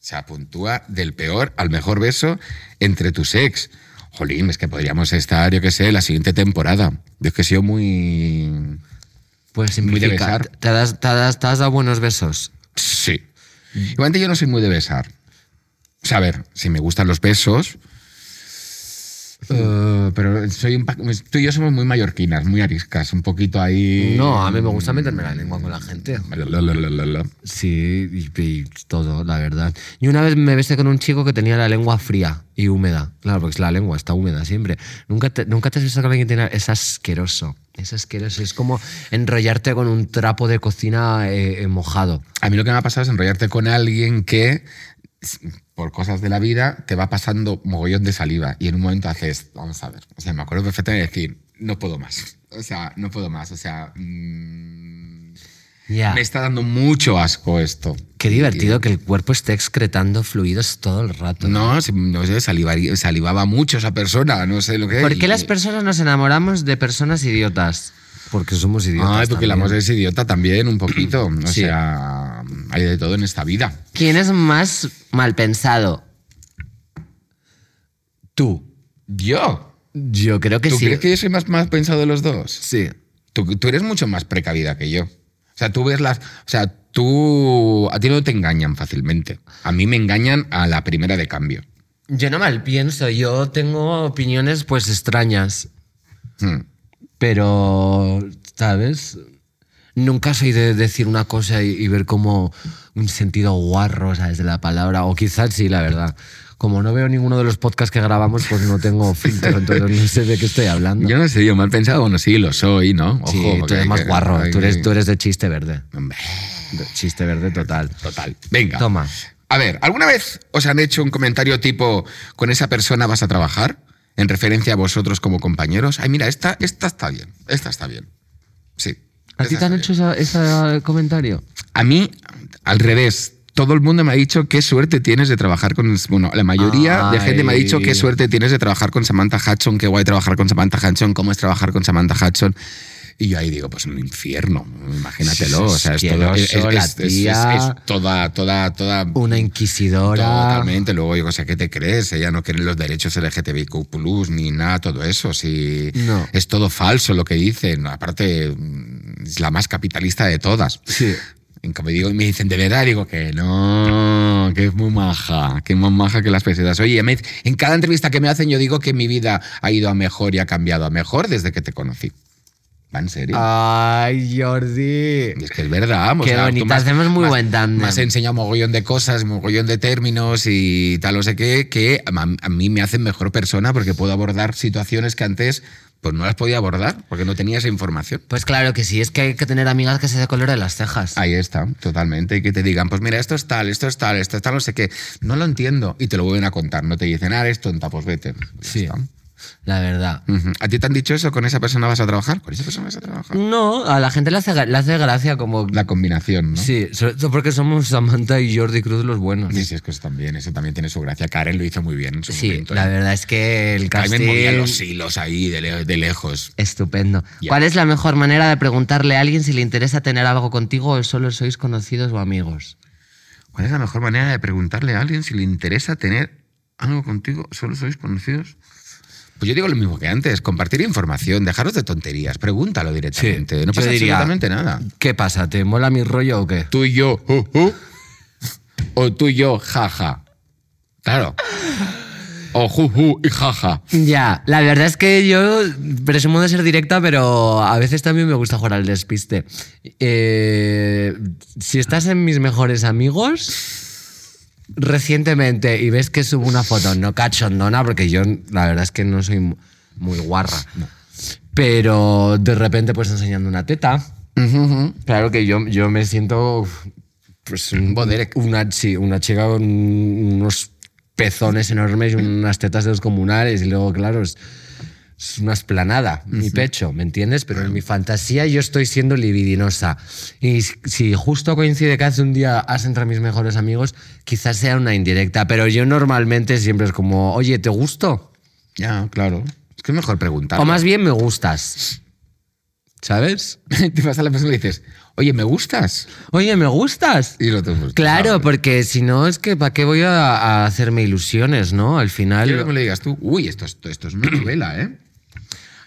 [SPEAKER 1] sea, puntúa del peor al mejor beso entre tus ex. Jolín, es que podríamos estar, yo qué sé, la siguiente temporada. Yo es que he sido muy...
[SPEAKER 2] pues
[SPEAKER 1] Muy de
[SPEAKER 2] simplifica.
[SPEAKER 1] besar.
[SPEAKER 2] ¿Te has, te, has, te has dado buenos besos?
[SPEAKER 1] Sí. Igualmente yo no soy muy de besar. O sea, a ver, si me gustan los besos. eh, pero soy un pa- pues, tú y yo somos muy mallorquinas, muy ariscas, un poquito ahí.
[SPEAKER 2] No, a mí me gusta meterme la lengua con la gente.
[SPEAKER 1] La, la, la, la, la.
[SPEAKER 2] Sí, y, y todo, la verdad. Y una vez me besé con un chico que tenía la lengua fría y húmeda. Claro, porque la lengua está húmeda siempre. Nunca te, nunca te has besado con alguien que tiene... Es asqueroso. Es asqueroso. Es como enrollarte con un trapo de cocina eh, eh, mojado.
[SPEAKER 1] A mí lo que me ha pasado es enrollarte con alguien que, por cosas de la vida, te va pasando mogollón de saliva y en un momento haces, vamos a ver. O sea, me acuerdo perfectamente de decir, no puedo más. O sea, no puedo más. O sea, mm,
[SPEAKER 2] Ya.
[SPEAKER 1] Me está dando mucho asco esto.
[SPEAKER 2] Qué divertido que el cuerpo esté excretando fluidos todo el rato.
[SPEAKER 1] No, se- no sé, salivari- salivaba mucho esa persona, no sé lo que
[SPEAKER 2] ¿Por qué
[SPEAKER 1] y-
[SPEAKER 2] las personas nos enamoramos de personas idiotas? Porque somos idiotas.
[SPEAKER 1] Ay, porque el
[SPEAKER 2] también.
[SPEAKER 1] amor es idiota también, un poquito. O
[SPEAKER 2] Sí.
[SPEAKER 1] sea, hay de todo en esta vida.
[SPEAKER 2] ¿Quién es más mal pensado? Tú.
[SPEAKER 1] Yo.
[SPEAKER 2] Yo creo que
[SPEAKER 1] ¿Tú
[SPEAKER 2] sí.
[SPEAKER 1] crees que yo soy más, más pensado de los dos?
[SPEAKER 2] Sí.
[SPEAKER 1] Tú, tú eres mucho más precavida que yo. O sea, tú ves las. O sea, tú. A ti no te engañan fácilmente. A mí me engañan a la primera de cambio.
[SPEAKER 2] Yo no mal pienso, yo tengo opiniones pues extrañas,
[SPEAKER 1] Hmm.
[SPEAKER 2] pero, ¿sabes? Nunca soy de decir una cosa y, y ver como un sentido guarro, ¿sabes? De la palabra, o quizás sí, la verdad. Como no veo ninguno de los podcasts que grabamos, pues no tengo filtro, entonces no sé de qué estoy hablando.
[SPEAKER 1] Yo no sé, yo mal pensado, bueno, sí, lo soy, ¿no? Ojo,
[SPEAKER 2] sí, tú
[SPEAKER 1] porque
[SPEAKER 2] eres
[SPEAKER 1] hay
[SPEAKER 2] más
[SPEAKER 1] que-
[SPEAKER 2] guarro,
[SPEAKER 1] hay
[SPEAKER 2] tú eres,
[SPEAKER 1] que-
[SPEAKER 2] tú eres de chiste verde.
[SPEAKER 1] Hombre,
[SPEAKER 2] De chiste verde total.
[SPEAKER 1] Total. Venga.
[SPEAKER 2] Toma.
[SPEAKER 1] A ver, ¿alguna vez os han hecho un comentario tipo, con esa persona vas a trabajar? En referencia a vosotros como compañeros. Ay, mira, esta, esta está bien. Esta está bien. Sí.
[SPEAKER 2] ¿A ti
[SPEAKER 1] esta
[SPEAKER 2] te han
[SPEAKER 1] está
[SPEAKER 2] hecho esa- ese comentario?
[SPEAKER 1] A mí, al revés. Todo el mundo me ha dicho qué suerte tienes de trabajar con. Bueno, la mayoría de gente me ha dicho
[SPEAKER 2] Ay.
[SPEAKER 1] qué suerte tienes de trabajar con Samantha Hudson, qué guay trabajar con Samantha Hudson, cómo es trabajar con Samantha Hudson. Y yo ahí digo, pues un infierno, imagínatelo. O sea, es, todo, es,
[SPEAKER 2] Asqueroso, la
[SPEAKER 1] es- es-
[SPEAKER 2] tía.
[SPEAKER 1] es- es toda, toda, toda.
[SPEAKER 2] Una inquisidora.
[SPEAKER 1] Totalmente. Luego, yo, o sea, ¿qué te crees? Ella no quiere los derechos LGTBIQ, ni nada, todo eso. Si
[SPEAKER 2] No.
[SPEAKER 1] Es todo falso lo que dicen. Aparte, mm, es la más capitalista de todas.
[SPEAKER 2] Sí.
[SPEAKER 1] En cambio, digo, y me dicen, ¿de verdad? Digo que no, que es muy maja, que es más maja que las pesetas. Oye, me- en cada entrevista que me hacen, yo digo que mi vida ha ido a mejor y ha cambiado a mejor desde que te conocí. ¿Va en
[SPEAKER 2] Ah,
[SPEAKER 1] serio?
[SPEAKER 2] Ay, Jordi.
[SPEAKER 1] Y Es que es verdad, vamos.
[SPEAKER 2] Qué bonito, hacemos muy buen tándem.
[SPEAKER 1] Me has enseñado mogollón de cosas, mogollón de términos y tal, o sé qué, que a, a mí me hacen mejor persona porque puedo abordar situaciones que antes pues no las podía abordar porque no tenía esa información.
[SPEAKER 2] Pues claro que sí, es que hay que tener amigas que se de color de las cejas.
[SPEAKER 1] Ahí está, totalmente. Y que te digan, pues mira, esto es tal, esto es tal, esto es tal, no sé qué. No lo entiendo. Y te lo vuelven a contar. No te dicen, ah, eres tonta, pues vete. Ya
[SPEAKER 2] Sí.
[SPEAKER 1] está.
[SPEAKER 2] La verdad.
[SPEAKER 1] Ujú. ¿A ti te han dicho eso? ¿Con esa persona vas a trabajar? ¿Con esa persona vas a trabajar?
[SPEAKER 2] No, a la gente le hace, gra- le hace gracia como...
[SPEAKER 1] La combinación, ¿no?
[SPEAKER 2] Sí, sobre todo porque somos Samantha y Jordi Cruz los buenos.
[SPEAKER 1] Y sí, es que eso también, eso también tiene su gracia. Karen lo hizo muy bien en su
[SPEAKER 2] Sí,
[SPEAKER 1] momento.
[SPEAKER 2] la
[SPEAKER 1] ¿eh?
[SPEAKER 2] verdad es que el
[SPEAKER 1] Carmen movía
[SPEAKER 2] casting...
[SPEAKER 1] los hilos ahí de, le- de lejos.
[SPEAKER 2] Estupendo.
[SPEAKER 1] Ya.
[SPEAKER 2] ¿Cuál es la mejor manera de preguntarle a alguien si le interesa tener algo contigo o solo sois conocidos o amigos?
[SPEAKER 1] ¿Cuál es la mejor manera de preguntarle a alguien si le interesa tener algo contigo? ¿Solo sois conocidos? Pues yo digo lo mismo que antes, compartir información, dejaros de tonterías, pregúntalo directamente, no
[SPEAKER 2] yo
[SPEAKER 1] pasa
[SPEAKER 2] diría-
[SPEAKER 1] absolutamente nada.
[SPEAKER 2] ¿Qué pasa? ¿Te mola mi rollo o qué?
[SPEAKER 1] Tú y yo, ju, ju, o tú y yo, jaja. Claro. O juju y jaja.
[SPEAKER 2] Ya, la verdad es que yo presumo de ser directa, pero a veces también me gusta jugar al despiste. Eh, si estás en mis mejores amigos recientemente y ves que subo una foto, no cachondona, porque yo la verdad es que no soy mu- muy guarra, pero de repente pues enseñando una teta,
[SPEAKER 1] Ujú, ujú.
[SPEAKER 2] claro que yo, yo me siento pues un
[SPEAKER 1] Boderek.
[SPEAKER 2] una, sí, una chica con unos pezones enormes y unas tetas descomunales. Y luego, claro, es, es una esplanada, mi pecho, ¿me entiendes? Pero en mi fantasía yo estoy siendo libidinosa. Y si- si justo coincide que hace un día has entre mis mejores amigos, quizás sea una indirecta. Pero yo normalmente siempre es como, oye, ¿te gusto?
[SPEAKER 1] Ya, claro. Es que es mejor preguntar.
[SPEAKER 2] O más bien, me gustas. ¿Sabes?
[SPEAKER 1] Te vas a la persona y le dices, oye, ¿me gustas?
[SPEAKER 2] Oye, ¿me gustas?
[SPEAKER 1] Y pues, lo te gusta.
[SPEAKER 2] Claro, porque si no es que ¿para qué voy a, a hacerme ilusiones, no? Al
[SPEAKER 1] Quiero que
[SPEAKER 2] final...
[SPEAKER 1] me lo digas tú. Uy, esto, esto, esto es una novela, ¿eh?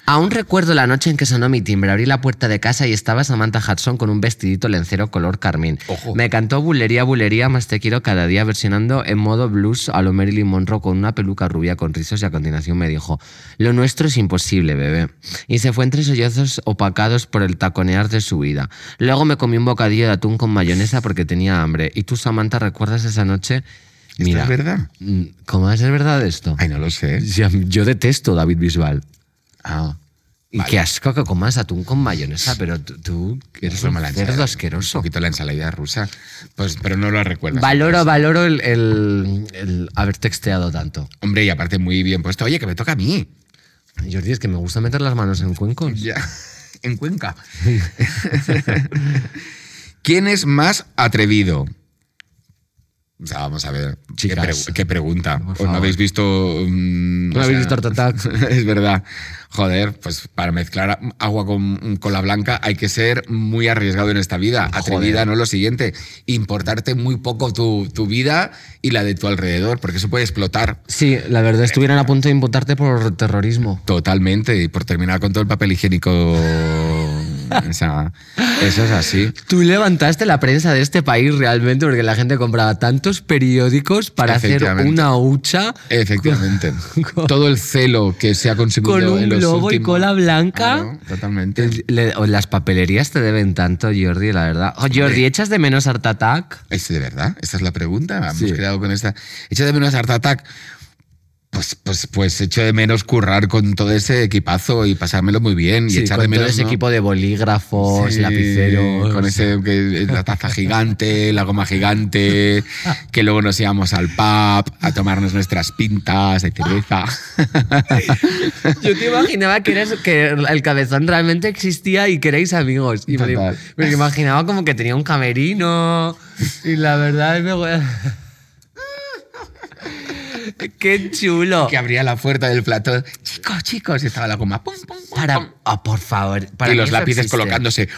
[SPEAKER 2] Aún recuerdo la noche en que sonó mi timbre. Abrí la puerta de casa y estaba Samantha Hudson con un vestidito lencero color carmín.
[SPEAKER 1] Ojo.
[SPEAKER 2] Me cantó Bulería, Bulería, más te quiero cada día, versionando en modo blues a lo Marilyn Monroe con una peluca rubia con rizos y a continuación me dijo, lo nuestro es imposible, bebé. Y se fue entre sollozos opacados por el taconear de su vida. Luego me comí un bocadillo de atún con mayonesa porque tenía hambre. ¿Y tú, Samantha, recuerdas esa noche?
[SPEAKER 1] ¿Esto
[SPEAKER 2] Mira,
[SPEAKER 1] es verdad?
[SPEAKER 2] mm, ¿cómo va a ser verdad esto?
[SPEAKER 1] Ay, no lo sé.
[SPEAKER 2] Ya, Yo detesto David Bisbal.
[SPEAKER 1] Ah.
[SPEAKER 2] Y qué asco que comas atún con mayonesa, pero tú, tú eres
[SPEAKER 1] Eso me
[SPEAKER 2] un
[SPEAKER 1] la han
[SPEAKER 2] cerdo
[SPEAKER 1] enseñado. Un
[SPEAKER 2] asqueroso.
[SPEAKER 1] poquito la ensalada rusa. Pues, pero no lo recuerdas.
[SPEAKER 2] Valoro, valoro el, el- el haber texteado tanto.
[SPEAKER 1] Hombre, y aparte muy bien puesto. Oye, que me toca a mí.
[SPEAKER 2] Jordi, es que me gusta meter las manos en cuencos.
[SPEAKER 1] Ya. En Cuenca. ¿Quién es más atrevido? O sea, vamos a ver. ¿Qué,
[SPEAKER 2] Chicas.
[SPEAKER 1] pregu- qué pregunta?
[SPEAKER 2] Por
[SPEAKER 1] ¿Os
[SPEAKER 2] favor.
[SPEAKER 1] ¿No habéis visto.? mm,
[SPEAKER 2] ¿No
[SPEAKER 1] o
[SPEAKER 2] habéis
[SPEAKER 1] sea,
[SPEAKER 2] visto Art Attack?
[SPEAKER 1] es verdad. Joder, pues para mezclar agua con cola blanca hay que ser muy arriesgado en esta vida. Atrevida, ¿no? Lo siguiente. Importarte muy poco tu, tu vida y la de tu alrededor, porque eso puede explotar.
[SPEAKER 2] Sí, la verdad, estuvieran a punto de imputarte por terrorismo.
[SPEAKER 1] Totalmente, y por terminar con todo el papel higiénico. o sea, eso es así.
[SPEAKER 2] Tú levantaste la prensa de este país realmente porque la gente compraba tantos periódicos para hacer
[SPEAKER 1] Efectivamente.
[SPEAKER 2] una hucha
[SPEAKER 1] Efectivamente. Todo el celo que se ha consumido
[SPEAKER 2] con
[SPEAKER 1] en
[SPEAKER 2] un
[SPEAKER 1] los
[SPEAKER 2] globo y
[SPEAKER 1] últimos- Ah,
[SPEAKER 2] cola blanca.
[SPEAKER 1] Claro, totalmente.
[SPEAKER 2] Le- o las papelerías te deben tanto, Jordi, la verdad. Oh, Jordi, ¿echas de menos Art Attack?
[SPEAKER 1] ¿Es de verdad? ¿Esta es la pregunta? Hemos
[SPEAKER 2] Sí.
[SPEAKER 1] quedado con esta. Echa de menos Art Attack. Pues, pues, pues echo de menos currar con todo ese equipazo y pasármelo muy bien. Y
[SPEAKER 2] Sí,
[SPEAKER 1] echar
[SPEAKER 2] con
[SPEAKER 1] de
[SPEAKER 2] todo
[SPEAKER 1] menos.
[SPEAKER 2] ese
[SPEAKER 1] ¿no?
[SPEAKER 2] equipo de bolígrafos,
[SPEAKER 1] Sí,
[SPEAKER 2] lapiceros.
[SPEAKER 1] Con ese, que, la taza gigante, la goma gigante, que luego nos íbamos al pub a tomarnos nuestras pintas de cerveza.
[SPEAKER 2] Yo te imaginaba que, eras, que el cabezón realmente existía y que erais amigos. Y me,
[SPEAKER 1] Total.
[SPEAKER 2] me lo imaginaba como que tenía un camerino. Y la verdad es que- ¡Qué chulo!
[SPEAKER 1] que abría la puerta del plató. Chicos, chicos, y estaba la goma. Pum, pum, pum, pum.
[SPEAKER 2] Para, oh, por favor. Para
[SPEAKER 1] y
[SPEAKER 2] mí
[SPEAKER 1] los
[SPEAKER 2] eso
[SPEAKER 1] lápices
[SPEAKER 2] existe.
[SPEAKER 1] colocándose.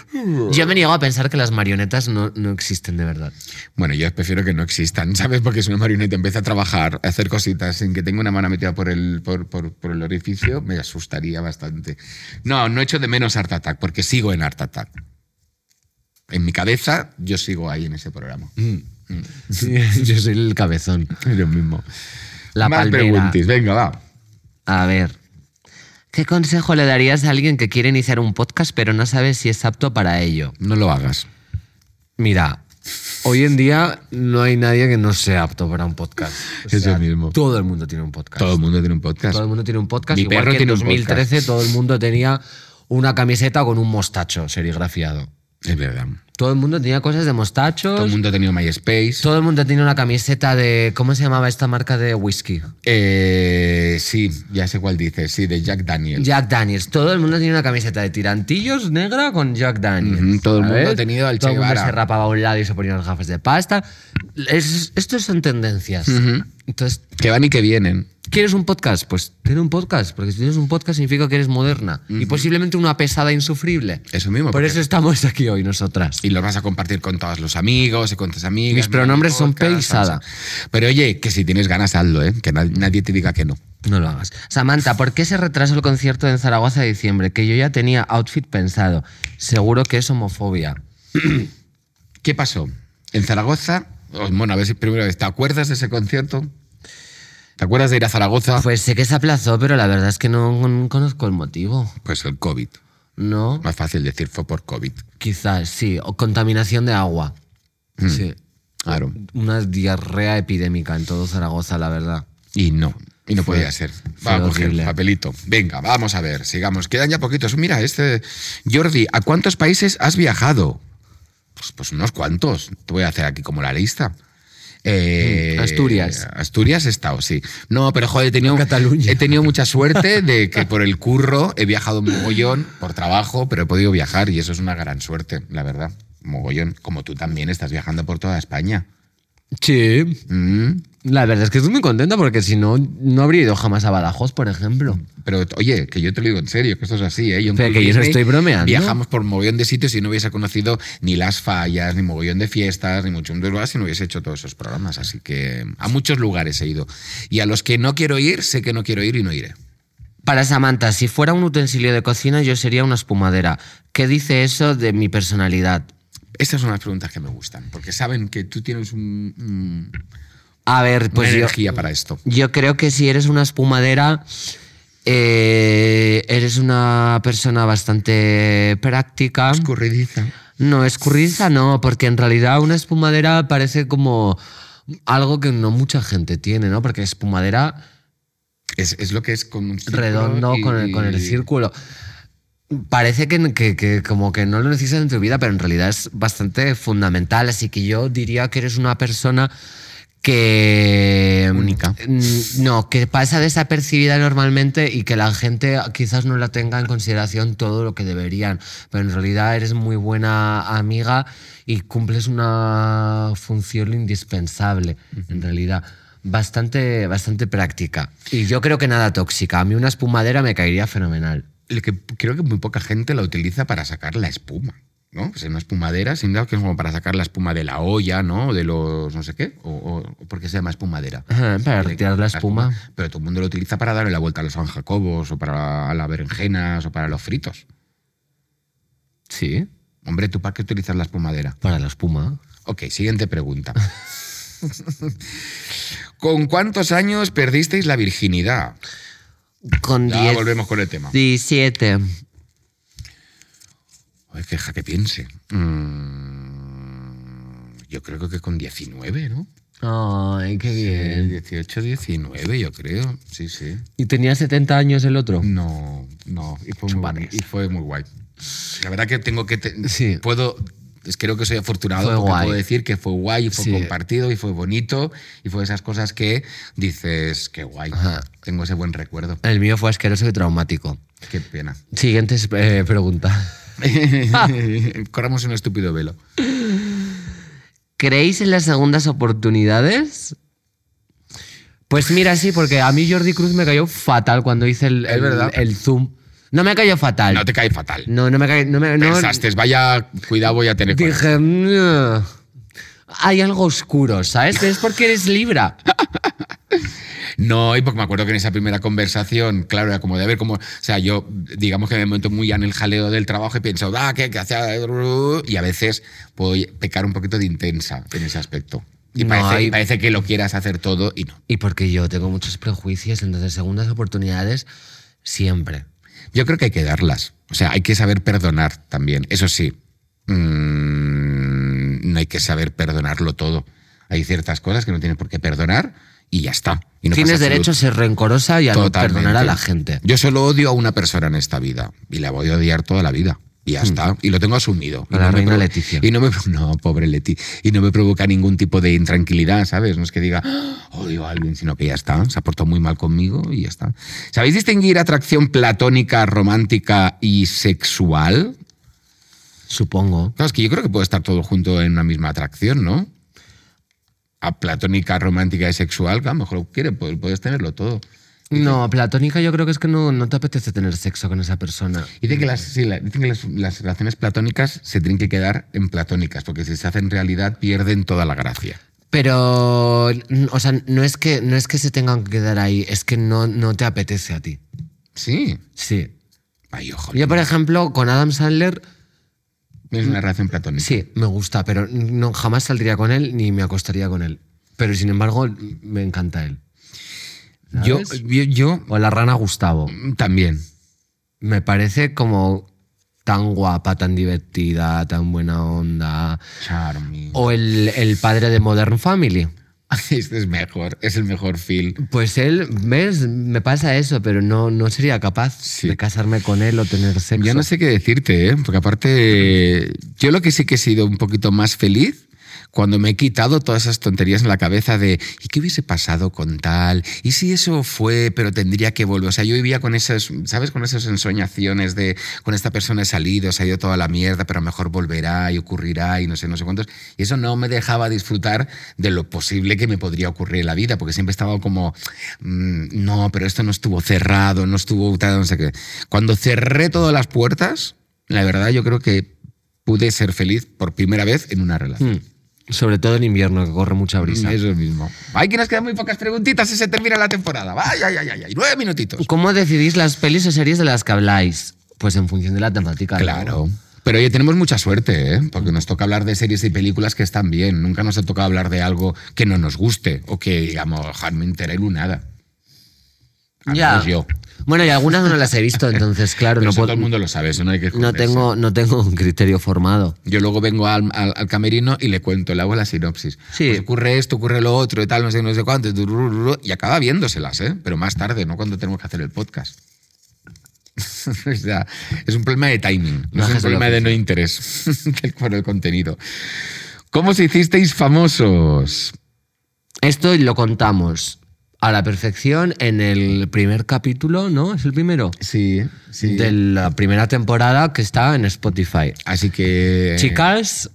[SPEAKER 2] Yo me niego a pensar que las marionetas no, no existen de verdad.
[SPEAKER 1] Bueno, yo prefiero que no existan, ¿sabes? Porque si una marioneta empieza a trabajar, a hacer cositas sin que tenga una mano metida por el, por, por- por el orificio, me asustaría bastante. No, no echo de menos Art Attack, porque sigo en Art Attack. En mi cabeza, yo sigo ahí en ese programa.
[SPEAKER 2] Yo soy el cabezón.
[SPEAKER 1] Lo mismo.
[SPEAKER 2] La
[SPEAKER 1] Más
[SPEAKER 2] palmera.
[SPEAKER 1] preguntas, venga, va.
[SPEAKER 2] A ver. ¿Qué consejo le darías a alguien que quiere iniciar un podcast pero no sabe si es apto para ello?
[SPEAKER 1] No lo hagas.
[SPEAKER 2] Mira, hoy en día no hay nadie que no sea apto para un podcast. O
[SPEAKER 1] Eso mismo.
[SPEAKER 2] Todo el mundo tiene un podcast.
[SPEAKER 1] Todo el mundo tiene un podcast.
[SPEAKER 2] Todo el mundo tiene un podcast.
[SPEAKER 1] Mi
[SPEAKER 2] igual
[SPEAKER 1] perro
[SPEAKER 2] que
[SPEAKER 1] tiene
[SPEAKER 2] en
[SPEAKER 1] un
[SPEAKER 2] 2013 todo el mundo tenía una camiseta con un mostacho serigrafiado.
[SPEAKER 1] Es verdad.
[SPEAKER 2] Todo el mundo tenía cosas de mostachos.
[SPEAKER 1] Todo el mundo ha tenido MySpace.
[SPEAKER 2] Todo el mundo tenía una camiseta de. ¿Cómo se llamaba esta marca de whisky?
[SPEAKER 1] Eh, sí, ya sé cuál dices. Sí, de Jack Daniel.
[SPEAKER 2] Jack Daniels. Todo el mundo tenía una camiseta de tirantillos negra con Jack Daniels.
[SPEAKER 1] Ujú, todo el mundo
[SPEAKER 2] ¿sabes?
[SPEAKER 1] ha tenido al
[SPEAKER 2] Todo
[SPEAKER 1] Che
[SPEAKER 2] el mundo
[SPEAKER 1] Guevara.
[SPEAKER 2] se rapaba a un lado y se ponía las gafas de pasta. Es- estos son tendencias. Entonces,
[SPEAKER 1] Que van y que vienen.
[SPEAKER 2] ¿quieres un podcast? Pues ten un podcast, porque si tienes un podcast significa que eres moderna y posiblemente una pesada insufrible.
[SPEAKER 1] Eso mismo.
[SPEAKER 2] Por
[SPEAKER 1] Eh, porque-
[SPEAKER 2] eso estamos aquí hoy nosotras.
[SPEAKER 1] y los vas a compartir con todos los amigos y con tus amigas.
[SPEAKER 2] Mis
[SPEAKER 1] Mira,
[SPEAKER 2] pronombres
[SPEAKER 1] mi
[SPEAKER 2] son
[SPEAKER 1] podcast,
[SPEAKER 2] peisada.
[SPEAKER 1] vamos a- Pero oye, que si tienes ganas, hazlo, ¿eh? que na- nadie te diga que no.
[SPEAKER 2] No lo hagas. Samantha, ¿por qué se retrasó el concierto en Zaragoza de diciembre? Que yo ya tenía outfit pensado. Seguro que es homofobia.
[SPEAKER 1] ¿Qué pasó? En Zaragoza, oh, bueno, a ver si primero, ¿te acuerdas de ese concierto? ¿Te acuerdas de ir a Zaragoza?
[SPEAKER 2] Pues sé que se aplazó, pero la verdad es que no con- conozco el motivo.
[SPEAKER 1] Pues el COVID.
[SPEAKER 2] No,
[SPEAKER 1] Más fácil decir fue por COVID.
[SPEAKER 2] quizás sí. O contaminación de agua. Sí.
[SPEAKER 1] Claro.
[SPEAKER 2] Una diarrea epidémica en todo Zaragoza, la verdad.
[SPEAKER 1] Y no. Y no podía ser.
[SPEAKER 2] fue
[SPEAKER 1] Va a coger
[SPEAKER 2] horrible.
[SPEAKER 1] el papelito. Venga, vamos a ver, sigamos. Quedan ya poquitos. Mira, este. Jordi, ¿a cuántos países has viajado? Pues, pues unos cuantos. Te voy a hacer aquí como la lista. Eh,
[SPEAKER 2] Mm, Asturias.
[SPEAKER 1] Asturias he estado, sí. No, pero joder, he tenido,
[SPEAKER 2] Cataluña.
[SPEAKER 1] he tenido mucha suerte de que por el curro he viajado un mogollón por trabajo, pero he podido viajar y eso es una gran suerte, la verdad. Mogollón, como tú también estás viajando por toda España.
[SPEAKER 2] Sí.
[SPEAKER 1] Mm.
[SPEAKER 2] La verdad es que estoy muy contenta porque si no, no habría ido jamás a Badajoz, por ejemplo.
[SPEAKER 1] Pero oye, que yo te lo digo en serio, que esto es así, ¿eh? Yo en
[SPEAKER 2] Pero
[SPEAKER 1] Club
[SPEAKER 2] que yo no estoy bromeando.
[SPEAKER 1] Viajamos por mogollón de sitios y no hubiese conocido ni las fallas, ni mogollón de fiestas, ni mucho más, si no hubiese hecho todos esos programas. Así que a muchos lugares he ido. Y a los que no quiero ir, sé que no quiero ir y no iré.
[SPEAKER 2] Para Samantha, si fuera un utensilio de cocina, yo sería una espumadera. ¿Qué dice eso de mi personalidad?
[SPEAKER 1] Estas son las preguntas que me gustan, porque saben que tú tienes un- un-
[SPEAKER 2] A ver,
[SPEAKER 1] una
[SPEAKER 2] pues yo,
[SPEAKER 1] energía para esto.
[SPEAKER 2] yo creo que si eres una espumadera, eh, eres una persona bastante práctica.
[SPEAKER 1] Escurridiza.
[SPEAKER 2] No, escurridiza no, porque en realidad una espumadera parece como algo que no mucha gente tiene, ¿no? Porque espumadera
[SPEAKER 1] Es, es lo que es con un círculo
[SPEAKER 2] redondo
[SPEAKER 1] y-
[SPEAKER 2] con, el, con el círculo. Parece que, que- que como que no lo necesitas en tu vida, pero en realidad es bastante fundamental. Así que yo diría que eres una persona que...
[SPEAKER 1] Única.
[SPEAKER 2] Mm, No, que pasa desapercibida normalmente y que la gente quizás no la tenga en consideración todo lo que deberían. Pero en realidad eres muy buena amiga y cumples una función indispensable, en realidad. Bastante, bastante práctica. Y yo creo que nada tóxica. A mí una espumadera me caería fenomenal.
[SPEAKER 1] Lo que creo que muy poca gente la utiliza para sacar la espuma. ¿no? Pues en una espumadera, sin duda que es como para sacar la espuma de la olla, ¿no? O de los no sé qué, o, o- porque se llama espumadera.
[SPEAKER 2] Ajá, Para retirar Este, la espuma.
[SPEAKER 1] Pero todo el mundo lo utiliza para darle la vuelta a los San Jacobos, o para a las berenjenas, o para los fritos.
[SPEAKER 2] Sí,
[SPEAKER 1] Hombre, ¿tú para qué utilizas la espumadera?
[SPEAKER 2] para la espuma.
[SPEAKER 1] Ok, siguiente pregunta. ¿Con cuántos años perdisteis la virginidad?
[SPEAKER 2] Con
[SPEAKER 1] Ya
[SPEAKER 2] 10,
[SPEAKER 1] volvemos con el tema.
[SPEAKER 2] 17.
[SPEAKER 1] Ay, que deja que piense. Mm, yo creo que con 19, ¿no?
[SPEAKER 2] Ay, qué bien.
[SPEAKER 1] 18, 19, yo creo. Sí, sí.
[SPEAKER 2] ¿Y tenía 70 años el otro?
[SPEAKER 1] No, no. Y fue, muy,
[SPEAKER 2] Chupates.
[SPEAKER 1] y fue muy guay. La verdad que tengo que. te-
[SPEAKER 2] Sí.
[SPEAKER 1] Puedo. es- Creo que soy afortunado
[SPEAKER 2] Fue
[SPEAKER 1] porque
[SPEAKER 2] guay.
[SPEAKER 1] puedo decir que fue guay, y fue
[SPEAKER 2] Sí.
[SPEAKER 1] compartido y fue bonito y fue esas cosas que dices, qué guay.
[SPEAKER 2] Ajá.
[SPEAKER 1] Tengo ese buen recuerdo.
[SPEAKER 2] El mío fue asqueroso y traumático.
[SPEAKER 1] Qué pena.
[SPEAKER 2] Siguiente eh, pregunta.
[SPEAKER 1] Corramos un estúpido velo.
[SPEAKER 2] ¿Creéis en las segundas oportunidades? Pues mira, sí, porque a mí Jordi Cruz me cayó fatal cuando hice el,
[SPEAKER 1] Es
[SPEAKER 2] el-
[SPEAKER 1] verdad.
[SPEAKER 2] el zoom. No me cayó fatal.
[SPEAKER 1] No te cae fatal.
[SPEAKER 2] no, no me cayó. No me, no-
[SPEAKER 1] Pensaste, vaya, cuidado, voy a tener. con
[SPEAKER 2] dije. "Mm, Hay algo oscuro, ¿sabes? Es porque eres Libra.
[SPEAKER 1] No, y porque me acuerdo que en esa primera conversación, claro, era como de a ver cómo. O sea, yo, digamos que me meto muy en el jaleo del trabajo y pienso, ah, ¿qué, qué hacía? Y a veces puedo pecar un poquito de intensa en ese aspecto. Y
[SPEAKER 2] No,
[SPEAKER 1] parece,
[SPEAKER 2] hay-
[SPEAKER 1] parece que lo quieras hacer todo y no.
[SPEAKER 2] Y porque yo tengo muchos prejuicios, entonces segundas oportunidades siempre.
[SPEAKER 1] Yo creo que hay que darlas. O sea, hay que saber perdonar también. Eso sí, mm, no hay que saber perdonarlo todo. Hay ciertas cosas que no tienes por qué perdonar y ya está. Y no
[SPEAKER 2] Tienes
[SPEAKER 1] pasa absolut-
[SPEAKER 2] derecho a ser rencorosa y a no
[SPEAKER 1] Totalmente.
[SPEAKER 2] perdonar a la gente.
[SPEAKER 1] Yo solo odio a una persona en esta vida y la voy a odiar toda la vida. Y ya está. Y lo tengo asumido.
[SPEAKER 2] Hmm. A
[SPEAKER 1] Y
[SPEAKER 2] la
[SPEAKER 1] me
[SPEAKER 2] reina
[SPEAKER 1] provo-
[SPEAKER 2] Leticia.
[SPEAKER 1] Y no me. No, pobre Leti. Y no me provoca ningún tipo de intranquilidad, ¿sabes? No es que diga, "Ah, odio a alguien, sino que ya está. Se ha portado muy mal conmigo y ya está. ¿Sabéis distinguir atracción platónica, romántica y sexual?
[SPEAKER 2] Supongo.
[SPEAKER 1] Claro, es que yo creo que puede estar todo junto en una misma atracción, ¿no? A platónica, romántica y sexual, que a lo mejor quiere, pu- puedes tenerlo todo.
[SPEAKER 2] No, platónica yo creo que es que no, no te apetece tener sexo con esa persona.
[SPEAKER 1] Dicen que, las, sí, la- dicen que las, las relaciones platónicas se tienen que quedar en platónicas, porque si se hacen realidad pierden toda la gracia.
[SPEAKER 2] Pero, n- o sea, no es que, no es que se tengan que quedar ahí, es que no, no te apetece a ti.
[SPEAKER 1] Sí.
[SPEAKER 2] Sí.
[SPEAKER 1] Ay, ojo.
[SPEAKER 2] Yo, por ejemplo, con Adam Sandler,
[SPEAKER 1] Es una relación platónica.
[SPEAKER 2] sí, me gusta, pero no, jamás saldría con él ni me acostaría con él. Pero, sin embargo, me encanta él.
[SPEAKER 1] Yo,
[SPEAKER 2] ¿Sabes?
[SPEAKER 1] yo, yo
[SPEAKER 2] O la rana Gustavo.
[SPEAKER 1] también.
[SPEAKER 2] Me parece como tan guapa, tan divertida, tan buena onda.
[SPEAKER 1] Charming.
[SPEAKER 2] O el, el padre de Modern Family.
[SPEAKER 1] Este es mejor, es el mejor feel.
[SPEAKER 2] Pues él, ¿ves? Me pasa eso, pero no, no sería capaz
[SPEAKER 1] Sí.
[SPEAKER 2] de casarme con él o tener sexo.
[SPEAKER 1] Yo no sé qué decirte, ¿eh? porque aparte, yo lo que sí que he sido un poquito más feliz cuando me he quitado todas esas tonterías en la cabeza de ¿y qué hubiese pasado con tal? ¿Y si eso fue, pero tendría que volver? O sea, yo vivía con esas, ¿sabes? Con esas ensoñaciones de con esta persona he salido, se ha ido toda la mierda, pero a lo mejor volverá y ocurrirá y no sé, no sé cuántos. Y eso no me dejaba disfrutar de lo posible que me podría ocurrir en la vida, porque siempre estaba como, mm, no, pero esto no estuvo cerrado, no estuvo tal, no sé qué. Cuando cerré todas las puertas, la verdad yo creo que pude ser feliz por primera vez en una relación.
[SPEAKER 2] Mm. Sobre todo en invierno, que corre mucha brisa.
[SPEAKER 1] Mm, Eso mismo. Hay que nos quedan muy pocas preguntitas y se termina la temporada. Vaya, ya, ya, ya. Y nueve minutitos.
[SPEAKER 2] ¿Cómo decidís las pelis o series de las que habláis? Pues en función de la temática. ¿no?
[SPEAKER 1] Claro. Pero oye, tenemos mucha suerte, ¿eh? porque nos toca hablar de series y películas que están bien. Nunca nos ha tocado hablar de algo que no nos guste o que, digamos, "Ja, no me enteré nada. Al
[SPEAKER 2] Ya.
[SPEAKER 1] menos yo.
[SPEAKER 2] Bueno, y algunas no las he visto, entonces, claro,
[SPEAKER 1] Pero
[SPEAKER 2] no,
[SPEAKER 1] eso
[SPEAKER 2] puedo-
[SPEAKER 1] todo el mundo lo sabe, eso no hay que
[SPEAKER 2] no,
[SPEAKER 1] esconderse.
[SPEAKER 2] tengo, no tengo un criterio formado.
[SPEAKER 1] Yo luego vengo al, al- al camerino y le cuento, le hago la sinopsis.
[SPEAKER 2] Sí.
[SPEAKER 1] Pues ocurre esto, ocurre lo otro y tal, no sé, no sé cuánto. y turururu, Y acaba viéndoselas, ¿eh? Pero más tarde, no cuando tenemos que hacer el podcast. o sea, es un problema de timing, no es un
[SPEAKER 2] Bajas de la
[SPEAKER 1] problema de no interés del- por el contenido. ¿Cómo se hicisteis famosos?
[SPEAKER 2] Esto lo contamos a la perfección en el primer capítulo, ¿no? Es el primero.
[SPEAKER 1] Sí, sí.
[SPEAKER 2] De la primera temporada que está en Spotify.
[SPEAKER 1] Así que.
[SPEAKER 2] Chicas,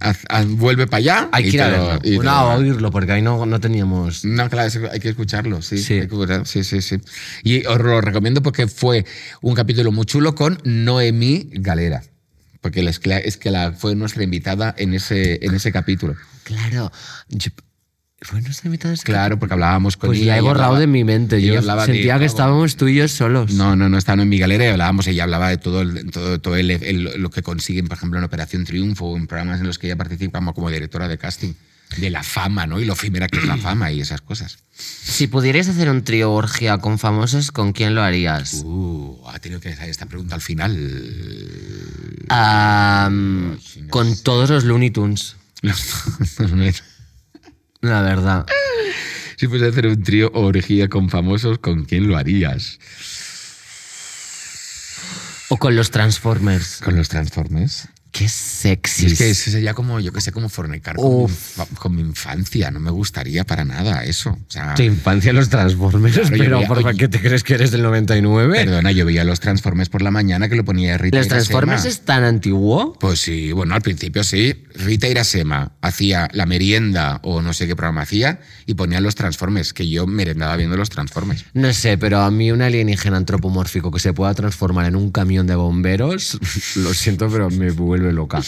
[SPEAKER 1] haz- haz- vuelve para allá.
[SPEAKER 2] hay
[SPEAKER 1] Eh, y
[SPEAKER 2] que ir a
[SPEAKER 1] te lo-
[SPEAKER 2] verlo.
[SPEAKER 1] y te
[SPEAKER 2] Una,
[SPEAKER 1] lo- Mm.
[SPEAKER 2] a oírlo, porque ahí no, no teníamos.
[SPEAKER 1] No, claro, eso hay que escucharlo, sí,
[SPEAKER 2] Sí.
[SPEAKER 1] hay que escucharlo, sí, sí, sí. Y os lo recomiendo porque fue un capítulo muy chulo con Noemí Galera. Porque la- es que la- es que la, fue nuestra invitada en ese, en ese capítulo.
[SPEAKER 2] Claro. Yo- fue nuestra mitad de ese
[SPEAKER 1] Claro, porque hablábamos con
[SPEAKER 2] Pues
[SPEAKER 1] ella.
[SPEAKER 2] la he
[SPEAKER 1] y
[SPEAKER 2] borrado
[SPEAKER 1] hablaba-
[SPEAKER 2] de mi mente.
[SPEAKER 1] y
[SPEAKER 2] Yo
[SPEAKER 1] hablaba de-
[SPEAKER 2] sentía que estábamos tú y yo solos.
[SPEAKER 1] No, no, no, estaba en mi galera y hablábamos, ella hablaba de todo, el- todo, todo el- el- lo que consiguen, por ejemplo, en Operación Triunfo, o en programas en los que ella participa como, como directora de casting, de la fama, ¿no? Y lo efímera que es la fama y esas cosas.
[SPEAKER 2] Si pudierais hacer un trío orgia con famosos, ¿con quién lo harías?
[SPEAKER 1] Uh, ha tenido que salir esta pregunta al final.
[SPEAKER 2] Am, con todos los Looney Tunes,
[SPEAKER 1] si
[SPEAKER 2] la verdad.
[SPEAKER 1] fuese a hacer un trío o orgía con famosos, ¿con quién lo harías?
[SPEAKER 2] O con los Transformers.
[SPEAKER 1] ¿Con los Transformers?
[SPEAKER 2] Qué sexy.
[SPEAKER 1] Es que eso sería como, yo que sé, como fornicar con, mi
[SPEAKER 2] Uf.
[SPEAKER 1] infa- con mi infancia. No me gustaría para nada eso. O sea,
[SPEAKER 2] Tu infancia los Transformers,
[SPEAKER 1] Claro, yo
[SPEAKER 2] pero
[SPEAKER 1] veía-
[SPEAKER 2] ¿por
[SPEAKER 1] oye.
[SPEAKER 2] qué te crees que eres del 99?
[SPEAKER 1] Perdona, yo veía los Transformers por la mañana que lo ponía Rita
[SPEAKER 2] ¿Los Transformers
[SPEAKER 1] Irasema.
[SPEAKER 2] es tan antiguo?
[SPEAKER 1] Pues sí, bueno, al principio sí. Rita Irasema hacía la merienda o no sé qué programa hacía y ponía los Transformers, que yo merendaba viendo los Transformers.
[SPEAKER 2] No sé, pero a mí un alienígena antropomórfico que se pueda transformar en un camión de bomberos, lo siento, pero me vuelve loca.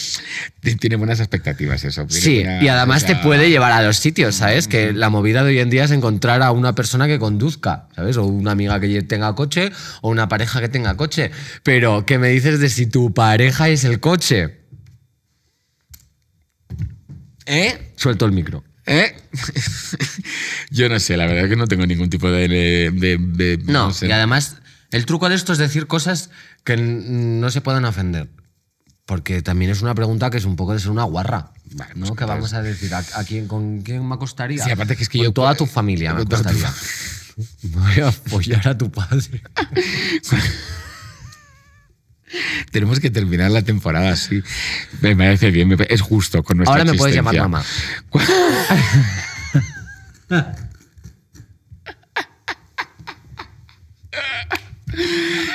[SPEAKER 1] T- Tiene buenas expectativas eso. tiene
[SPEAKER 2] Sí,
[SPEAKER 1] buena-
[SPEAKER 2] y además
[SPEAKER 1] o sea,
[SPEAKER 2] te puede llevar a los sitios, ¿sabes? Que la movida de hoy en día es encontrar a una persona que conduzca, ¿sabes? O una amiga que tenga coche o una pareja que tenga coche. Pero, ¿qué me dices de si tu pareja es el coche?
[SPEAKER 1] ¿Eh?
[SPEAKER 2] Suelto el micro.
[SPEAKER 1] ¿Eh? Yo no sé, la verdad es que no tengo ningún tipo de. de- de- de-
[SPEAKER 2] No,
[SPEAKER 1] sé.
[SPEAKER 2] y además, el truco de esto es decir cosas que n- no se puedan ofender. Porque también es una pregunta que es un poco de ser una guarra.
[SPEAKER 1] Vale,
[SPEAKER 2] ¿no?
[SPEAKER 1] pues,
[SPEAKER 2] que vamos a decir, ¿a, a quién, ¿con quién me acostaría?
[SPEAKER 1] Sí, aparte que es que
[SPEAKER 2] Con
[SPEAKER 1] yo-
[SPEAKER 2] toda tu familia me
[SPEAKER 1] Con toda tu Pues
[SPEAKER 2] acostaría. Me voy a apoyar a tu padre.
[SPEAKER 1] Tenemos que terminar la temporada así. Me parece bien, me pa- es justo con nuestra
[SPEAKER 2] Ahora me puedes
[SPEAKER 1] existencia.
[SPEAKER 2] llamar mamá.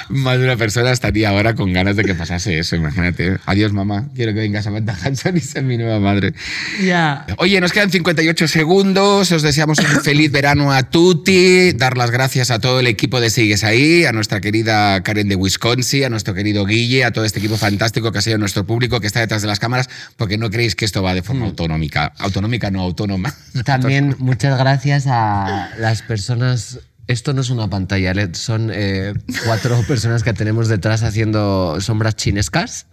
[SPEAKER 1] Más de una persona estaría ahora con ganas de que pasase eso, imagínate. Adiós, mamá. Quiero que venga Samantha Hudson y ser mi nueva madre.
[SPEAKER 2] Ya.
[SPEAKER 1] Oye, nos quedan 58 segundos. Os deseamos un feliz verano a Tutti. Dar las gracias a todo el equipo de Sigues Ahí, a nuestra querida Karen de Wisconsin, a nuestro querido Guille, a todo este equipo fantástico que ha sido nuestro público que está detrás de las cámaras, porque no creéis que esto va de forma autonómica. Autonómica, no autónoma.
[SPEAKER 2] También muchas gracias a las personas. Esto no es una pantalla LED, son eh, cuatro personas que tenemos detrás haciendo sombras chinescas.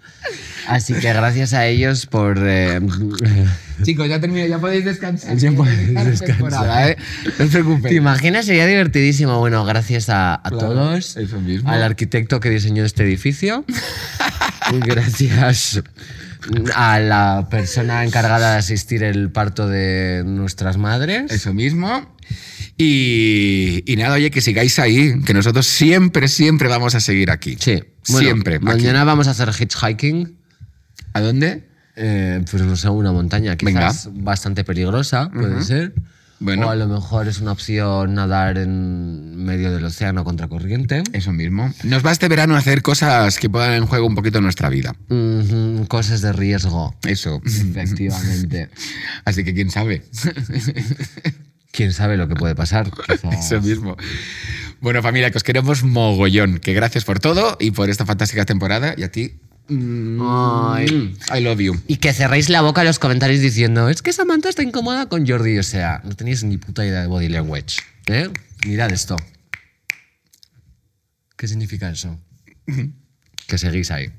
[SPEAKER 2] Así que gracias a ellos por. eh,
[SPEAKER 1] Chicos, ya terminé, ya podéis descansar.
[SPEAKER 2] Ya podéis descansar.
[SPEAKER 1] ¿eh? No os preocupéis.
[SPEAKER 2] ¿Te imaginas? Sería divertidísimo. Bueno, gracias a, a todos.
[SPEAKER 1] eso mismo.
[SPEAKER 2] Al arquitecto que diseñó este edificio. gracias a la persona encargada de asistir el parto de nuestras madres.
[SPEAKER 1] Eso mismo. Y, y nada, oye, que sigáis ahí, que nosotros siempre, siempre vamos a seguir aquí.
[SPEAKER 2] Sí,
[SPEAKER 1] Siempre, aquí.
[SPEAKER 2] Mañana vamos a hacer hitchhiking.
[SPEAKER 1] ¿A dónde?
[SPEAKER 2] eh, pues no sé, una montaña quizás bastante peligrosa, puede ser.
[SPEAKER 1] Bueno.
[SPEAKER 2] O a lo mejor es una opción nadar en medio del océano contracorriente.
[SPEAKER 1] Eso mismo. Nos va este verano a hacer cosas que puedan en juego un poquito nuestra vida.
[SPEAKER 2] Ujú, cosas de riesgo,
[SPEAKER 1] Eso.
[SPEAKER 2] efectivamente.
[SPEAKER 1] Así que quién sabe.
[SPEAKER 2] Quién sabe lo que puede pasar. quizás.
[SPEAKER 1] Eso mismo. Bueno, familia, que os queremos mogollón. Que gracias por todo y por esta fantástica temporada. Y a ti. mm,
[SPEAKER 2] Ay.
[SPEAKER 1] I love you.
[SPEAKER 2] Y que cerréis la boca en los comentarios diciendo, es que Samantha está incómoda con Jordi. O sea, no tenéis ni puta idea de body language. ¿eh? Mirad esto. ¿Qué significa eso? que seguís ahí.